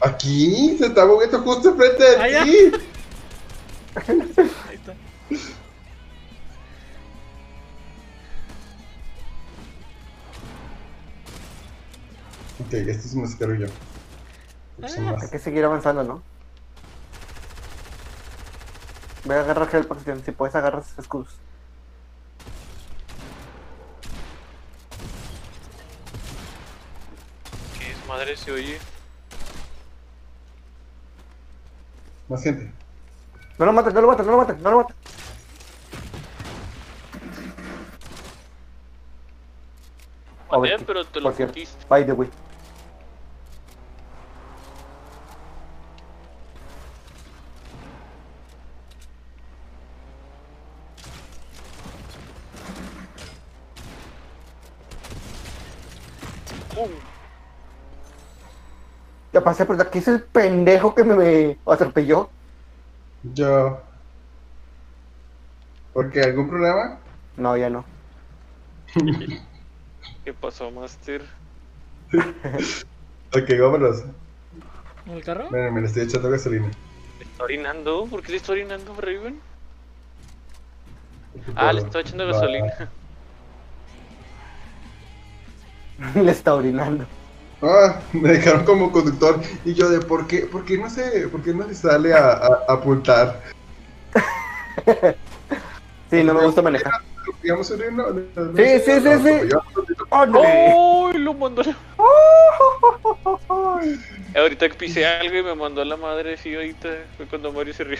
Speaker 3: Aquí se está moviendo justo enfrente de
Speaker 2: Allá.
Speaker 3: ti.
Speaker 2: Ahí está.
Speaker 3: Ok, este es más caro yo. Pues son
Speaker 2: Ah.
Speaker 3: más.
Speaker 4: Hay que seguir avanzando, ¿no? Voy a agarrar help action. Si puedes, agarrar esos escudos.
Speaker 1: ¿Qué es madre se oye?
Speaker 3: Más gente.
Speaker 4: No lo mates, no lo mates, no lo mates, no lo mates. A ver,
Speaker 1: Maté,
Speaker 4: qué-
Speaker 1: pero te lo
Speaker 4: Por cierto,
Speaker 1: putiste.
Speaker 4: by the way.
Speaker 1: ¡Pum!
Speaker 4: Ya pasé, pero aquí es el pendejo que me, me atropelló.
Speaker 3: Yo. ¿Por qué? ¿Algún problema?
Speaker 4: No, ya no. <laughs>
Speaker 1: ¿Qué pasó, Master?
Speaker 3: Ok, vámonos.
Speaker 2: ¿En el carro?
Speaker 3: Miren, me le estoy echando gasolina.
Speaker 1: ¿Le está orinando? ¿Por qué le está orinando, Raven? Ah, le estoy echando
Speaker 3: Va.
Speaker 4: <laughs>
Speaker 1: gasolina.
Speaker 4: Le está orinando.
Speaker 3: Ah, me dejaron como conductor y yo de por qué, por qué no se, por qué no se sale a, a- a apuntar.
Speaker 4: Sí, no me gusta manejar.
Speaker 3: Digamos, no, no, no, no,
Speaker 4: Sí, sí, sí,
Speaker 3: no,
Speaker 4: sí.
Speaker 3: yo-
Speaker 4: ¡Órale!
Speaker 1: ¡Oh! Lo mandó a la... Ahorita que pisé algo y me mandó a la madre, sí, ahorita. Fue cuando Mario se rió.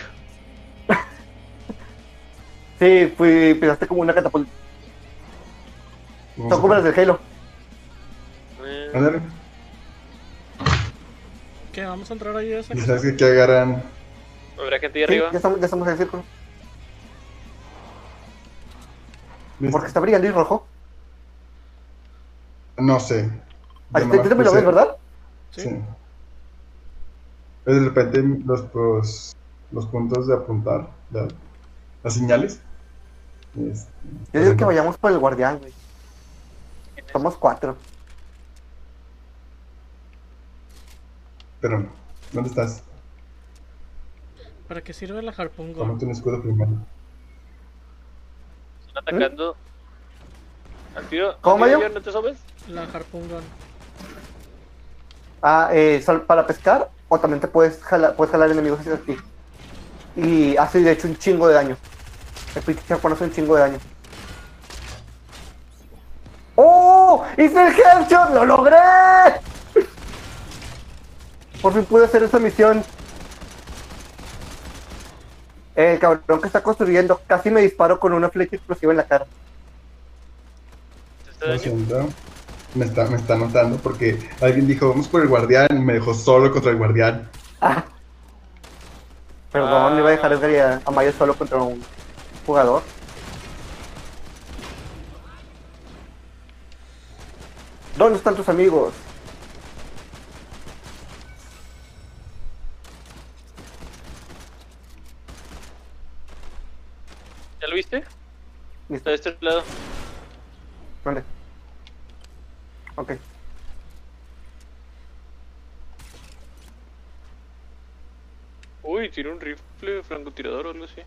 Speaker 4: Sí, fui, pisaste como una catapulta. Son como las del Halo.
Speaker 1: Eh,
Speaker 3: Ándale.
Speaker 2: ¿Qué? ¿Vamos a entrar ahí a esa
Speaker 3: Y
Speaker 2: casa?
Speaker 3: sabes que aquí agarran.
Speaker 1: Habrá gente ahí
Speaker 4: Sí,
Speaker 1: arriba.
Speaker 4: ya, estamos, ya estamos en el círculo. Porque está brillando y rojo.
Speaker 3: No sé.
Speaker 4: A
Speaker 3: Yo
Speaker 4: ti-
Speaker 3: nomás
Speaker 4: Tú también Ah, lo
Speaker 3: puse-
Speaker 4: ves, ¿verdad?
Speaker 2: ¿Sí?
Speaker 3: Sí. Pero de repente los, los, los puntos de apuntar, la- las señales. es-
Speaker 4: Yo digo que vayamos por el guardián, güey. Somos cuatro.
Speaker 3: Pero no. ¿Dónde estás?
Speaker 2: ¿Para qué sirve la Harpoon Gun?
Speaker 3: Tómate un escudo primero.
Speaker 1: Están atacando. Al tío.
Speaker 4: ¿Cómo,
Speaker 1: al
Speaker 4: Mario?
Speaker 1: tío, ¿No te sabes?
Speaker 2: La Harpoon Gun.
Speaker 4: Ah, eh, sal- para pescar o también te puedes jalar, puedes jalar enemigos hacia ti. Y hace de hecho un chingo de daño. El pinche Harpoon hace un chingo de daño. ¡Oh! ¡Hice el headshot! ¡Lo logré! Por fin pude hacer esa misión. El cabrón que está construyendo casi me disparó con una flecha explosiva en la cara.
Speaker 1: ¿Te está
Speaker 3: Lo
Speaker 1: dañando?
Speaker 3: siento. Me está, me está notando porque alguien dijo, vamos por el guardián y me dejó solo contra el guardián.
Speaker 4: Ah. Perdón,
Speaker 1: Ah.
Speaker 4: iba a dejar a Edgar y a, a Mayo solo contra un jugador. ¿Dónde están tus amigos?
Speaker 1: ¿Ya lo viste? Está
Speaker 4: Listo,
Speaker 1: de este lado.
Speaker 4: ¿dónde? Ok.
Speaker 1: Uy, tiene un rifle francotirador o algo así.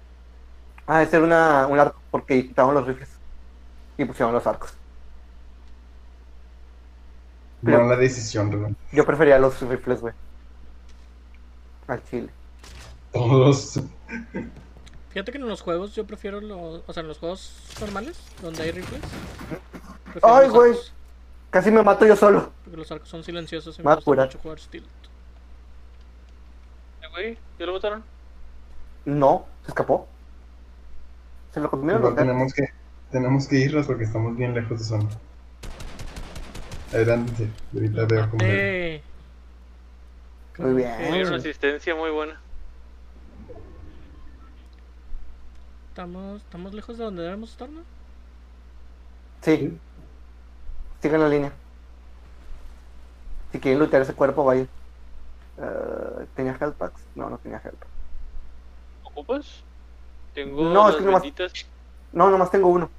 Speaker 4: Ah, ese era una, un arco porque quitaban los rifles. Y pusieron los arcos. Pero-
Speaker 3: No la decisión, Renan.
Speaker 4: Yo prefería los rifles, güey. Al chile.
Speaker 3: Todos.
Speaker 2: Fíjate que en los juegos yo prefiero los... O sea, en los juegos normales, donde hay rifles. prefiero
Speaker 4: Ay,
Speaker 2: los
Speaker 4: güey.
Speaker 2: arcos,
Speaker 4: Casi me mato yo solo.
Speaker 2: Porque los arcos son silenciosos y
Speaker 4: Va
Speaker 2: me
Speaker 4: a
Speaker 2: gusta
Speaker 4: curar.
Speaker 2: mucho jugar Steeled.
Speaker 1: Eh, güey, ¿ya lo botaron?
Speaker 4: No, se escapó. Se lo comieron
Speaker 3: Igual
Speaker 4: los gatos.
Speaker 3: tenemos que, tenemos que irnos porque estamos bien lejos de zona. Adelántense, ahorita veo cómo.
Speaker 2: ¡Eh!
Speaker 4: Muy bien.
Speaker 1: Muy
Speaker 2: Eh,
Speaker 1: una asistencia muy buena.
Speaker 2: Estamos, estamos lejos de donde debemos estar, ¿no?
Speaker 4: Sí. Sigan la línea. Si quieren luchar ese cuerpo, vaya. Eh, ¿Tenía health packs? No, no tenía health packs.
Speaker 1: ¿Ocupas? Tengo
Speaker 4: No, es
Speaker 1: las
Speaker 4: que nomás-
Speaker 1: benditas.
Speaker 4: No, nomás tengo uno.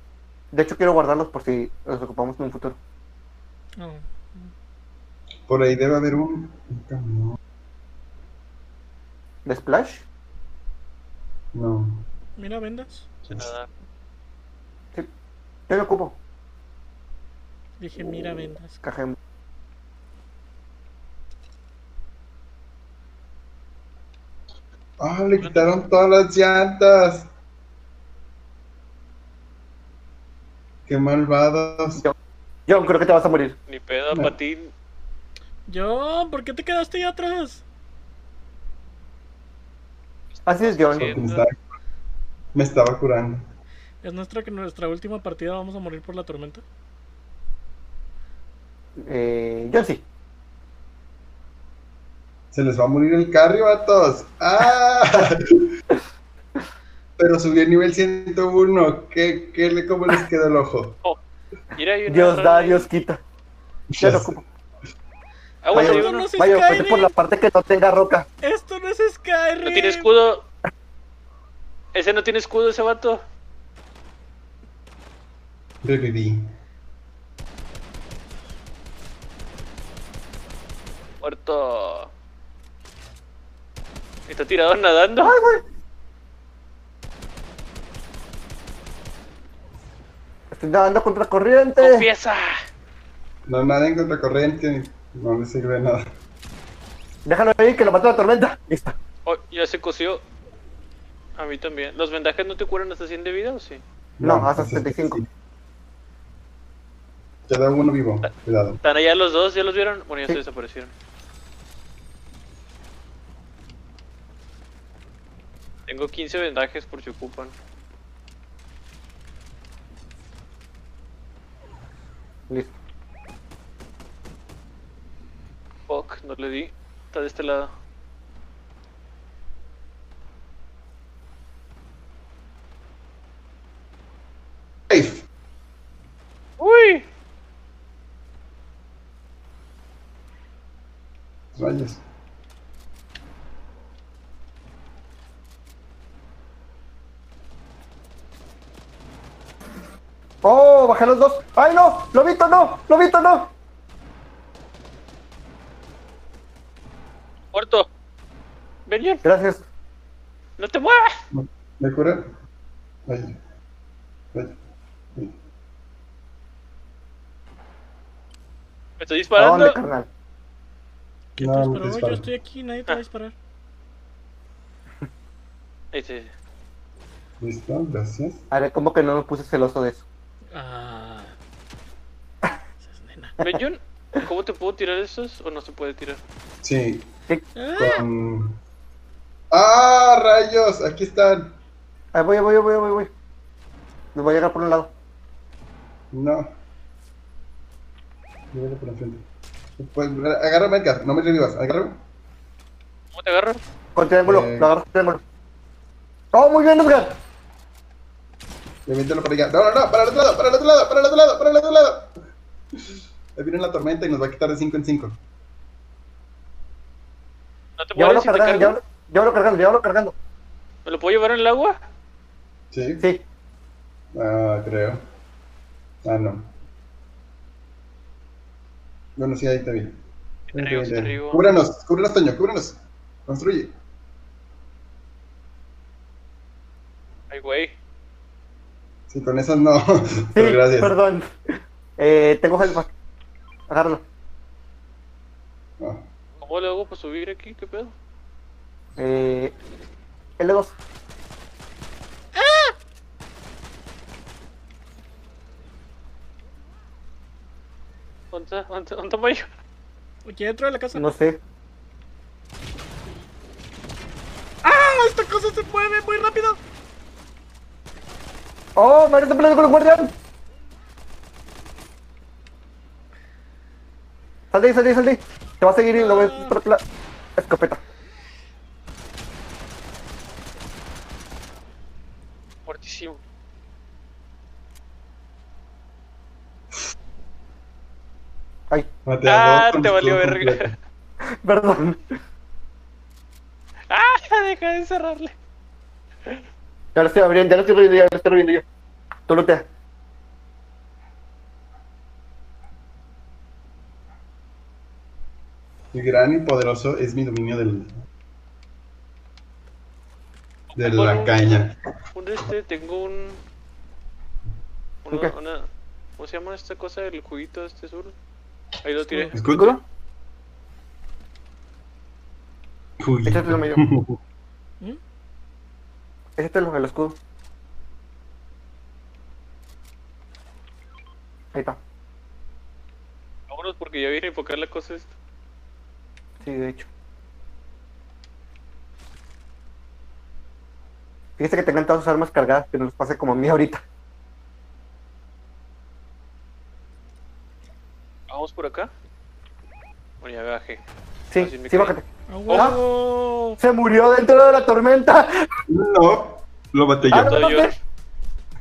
Speaker 4: De hecho, quiero guardarlos por si los ocupamos en un futuro.
Speaker 2: No.
Speaker 3: Por ahí debe haber un, un camión.
Speaker 4: ¿De Splash?
Speaker 3: No.
Speaker 2: Mira, vendas.
Speaker 1: se la da.
Speaker 4: Yo lo ocupo.
Speaker 2: Dije,
Speaker 4: Oh.
Speaker 2: mira, vendas.
Speaker 4: Cajem.
Speaker 3: Ah, le quitaron todas las llantas. Qué malvados.
Speaker 4: Yo creo que te vas a morir.
Speaker 1: Ni pedo,
Speaker 3: No.
Speaker 1: patín.
Speaker 2: John, ¿por qué te quedaste ahí atrás?
Speaker 4: Así es, John.
Speaker 1: Sí.
Speaker 3: Me estaba, me estaba curando.
Speaker 2: ¿Es nuestra que nuestra última partida vamos a morir por la tormenta?
Speaker 4: Eh, John sí.
Speaker 3: Se les va a morir el carry, vatos. ¡Ah! <laughs> Pero subió a nivel 101. ¿Qué, qué, le- ¿Cómo les quedó el ojo?
Speaker 1: Mira, hay una
Speaker 4: Dios da,
Speaker 1: rana.
Speaker 4: Dios quita. Yo lo ocupo.
Speaker 1: Aguas,
Speaker 4: Vaya,
Speaker 1: Ah, hay
Speaker 2: Esto
Speaker 1: uno.
Speaker 2: no es
Speaker 4: Vaya, pasé
Speaker 2: Skyrim.
Speaker 4: por la parte que no tenga roca.
Speaker 2: Esto no es Skyrim.
Speaker 1: No tiene escudo. Ese no tiene escudo, ese vato.
Speaker 3: Reviví.
Speaker 1: Muerto. Está tirado nadando.
Speaker 4: Estoy nadando contra corriente.
Speaker 1: Confiesa.
Speaker 3: No, nada en contracorriente. No le sirve nada.
Speaker 4: Déjalo ahí que lo mató la tormenta. Listo.
Speaker 1: Oh, ya se coció. A mí también. ¿Los vendajes no te curan hasta 100 de vida o sí?
Speaker 4: No, hasta
Speaker 3: entonces,
Speaker 4: 75.
Speaker 3: sí. Queda uno vivo. Cuidado.
Speaker 1: Están allá los dos, ¿ya los vieron? Bueno, ya se
Speaker 4: Sí.
Speaker 1: desaparecieron. Tengo 15 vendajes por si ocupan.
Speaker 4: Listo.
Speaker 1: Fuck, no le di. Está de este lado.
Speaker 3: Safe.
Speaker 1: ¡Uy!
Speaker 3: Rayos.
Speaker 4: Oh, bajé los dos. ¡Ay, no! ¡Lobito, no! ¡Lobito, no!
Speaker 1: ¡Muerto! ¡Ven,
Speaker 4: Gracias.
Speaker 1: ¡No te muevas!
Speaker 3: ¿Me cura? Ay. Ay. Ay.
Speaker 1: Me estoy
Speaker 4: ¿A
Speaker 1: disparando.
Speaker 4: dónde, carnal?
Speaker 2: ¿Quién
Speaker 3: No,
Speaker 2: te
Speaker 3: no
Speaker 2: disparó?
Speaker 3: te
Speaker 2: Yo
Speaker 3: disparo.
Speaker 2: estoy aquí, nadie te va a disparar.
Speaker 1: Ahí sí.
Speaker 3: Listo, gracias.
Speaker 4: Haré como que no me puse celoso de eso.
Speaker 2: <laughs> Ah. Esa es nena.
Speaker 1: Ven, John, ¿cómo te puedo tirar estos o no se puede tirar?
Speaker 3: Sí,
Speaker 2: Ah,
Speaker 3: con. ¡Ah, rayos! Aquí están.
Speaker 4: Ahí Ah, voy, ahí voy, ahí voy, ahí voy, ahí voy. Me voy a llegar por un lado.
Speaker 3: No. Llévalo por enfrente. Pues, agárrame, Edgar. No me revivas. Agárrame.
Speaker 1: ¿Cómo te agarro?
Speaker 4: Con triángulo,
Speaker 3: Eh.
Speaker 4: lo agarro con triángulo. ¡Oh, muy bien, Edgar!
Speaker 3: Y aviéntalo para allá. No, no, no. Para el otro lado, para el otro lado, para el otro lado, para el otro lado. Ahí viene la tormenta y nos va a quitar de 5 en 5.
Speaker 1: ¿No te
Speaker 4: Llévalo
Speaker 1: mueres si te
Speaker 4: cargando,
Speaker 1: cargo?
Speaker 4: llévalo, llévalo cargando, llévalo cargando.
Speaker 1: ¿Me lo puedo llevar en el agua?
Speaker 3: ¿Sí?
Speaker 4: Sí,
Speaker 3: Ah, creo. Ah, no. Bueno, sí, ahí está bien.
Speaker 1: Te traigo, te traigo.
Speaker 3: Cúbranos, cúbranos, Toño, cúbranos. Construye.
Speaker 1: Ay, güey.
Speaker 3: Sí, con esas no. <laughs>
Speaker 4: sí,
Speaker 3: Pero gracias.
Speaker 4: perdón. Eh, tengo help. Agárralo.
Speaker 3: Ah,
Speaker 1: ¿Cómo le hago para subir aquí? ¿Qué pedo?
Speaker 4: Eh, L2.
Speaker 1: ¿Dónde está? ¿Dónde está? ¿Dónde está Mayo?
Speaker 2: aquí dentro de la casa.
Speaker 4: No sé.
Speaker 2: ¡Ah! Esta cosa se mueve muy rápido.
Speaker 4: ¡Oh, Mario está peleando con el guardián! Sal de ahí, sal de ahí, sal de ahí. Te va a seguir y lo ves por la escopeta. <laughs>
Speaker 1: Muertísimo.
Speaker 4: Ay,
Speaker 3: Mate a
Speaker 1: Ah,
Speaker 3: dos con
Speaker 1: te
Speaker 3: escudo
Speaker 1: valió
Speaker 3: completo.
Speaker 1: verga.
Speaker 4: perdón.
Speaker 1: <laughs> Ah, deja de cerrarle.
Speaker 4: Ya lo estoy abriendo, ya lo estoy abriendo, ya lo estoy abriendo yo. Tú lutea.
Speaker 3: El gran y poderoso es mi dominio del. de la caña.
Speaker 1: Un este, tengo un. Una,
Speaker 4: ¿Un qué?
Speaker 1: una- ¿Cómo se llama esta cosa del juguito de este sur? Ahí lo tiré.
Speaker 2: Escudo.
Speaker 3: ¿Escudo? Uy.
Speaker 4: Échatelo medio.
Speaker 3: <laughs>
Speaker 4: Échate el, el escudo. Ahí está.
Speaker 1: Vámonos porque ya viene a enfocar la cosa esta.
Speaker 4: Sí, de hecho. Fíjese que tengan todas sus armas cargadas, que no les pase como a mí ahorita.
Speaker 1: Vamos por acá. Bueno, ya bajé.
Speaker 4: Sí,
Speaker 1: Ah, sí, me
Speaker 4: sí,
Speaker 1: caí.
Speaker 4: bájate.
Speaker 2: ¡A huevo!
Speaker 4: Se murió dentro de la tormenta.
Speaker 3: No, lo maté yo.
Speaker 4: Ah, no,
Speaker 1: Soy yo.
Speaker 4: no, no.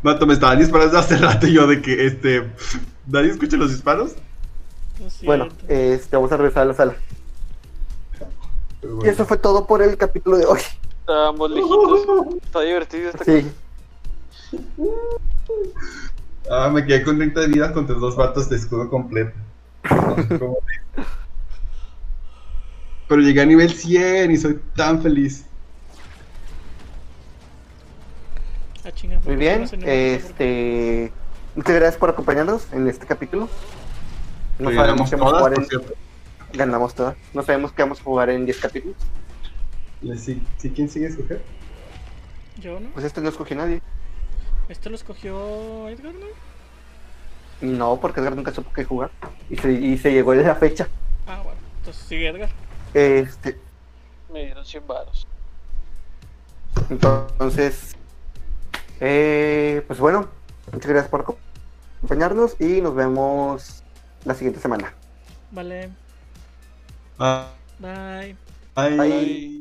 Speaker 3: Mato, me estaban disparando hace rato y yo de que este. ¿Nadie escucha los disparos?
Speaker 2: No es
Speaker 4: Bueno,
Speaker 2: cierto.
Speaker 4: este, vamos a regresar a la sala.
Speaker 3: Pero
Speaker 4: Y
Speaker 3: bueno.
Speaker 4: eso fue todo por el capítulo de hoy.
Speaker 1: Estábamos
Speaker 3: <laughs>
Speaker 1: lejitos. Está divertido esta
Speaker 4: Sí.
Speaker 3: Ah, me quedé con 30 de vida contra dos vatos de escudo completo. No sé cómo le hice. Pero llegué a nivel 100 y soy tan feliz.
Speaker 2: Ah, chinga,
Speaker 4: Muy
Speaker 2: ¿por qué
Speaker 4: bien,
Speaker 2: no se nota?
Speaker 4: este. Muchas gracias por acompañarnos en este capítulo. No
Speaker 3: Regalamos
Speaker 4: sabemos qué vamos a
Speaker 3: todas,
Speaker 4: jugar
Speaker 3: por
Speaker 4: en.
Speaker 3: cierto.
Speaker 4: Ganamos todas. No sabemos qué vamos a jugar en 10 capítulos.
Speaker 3: Le sig- ¿Sí? ¿Quién sigue a escoger?
Speaker 2: Yo no.
Speaker 4: Pues este no escogió nadie.
Speaker 2: Este lo escogió Edgar, ¿no?
Speaker 4: No, porque Edgar nunca supo qué jugar. Y se, y se llegó la fecha.
Speaker 2: Ah, bueno. Entonces sigue Edgar.
Speaker 4: Este.
Speaker 1: Me dieron 100 varos.
Speaker 4: Entonces. eh, pues bueno, muchas gracias por aco- acompañarnos y nos vemos la siguiente semana.
Speaker 2: Vale.
Speaker 3: Ah,
Speaker 2: Bye.
Speaker 3: ay.
Speaker 4: Ay.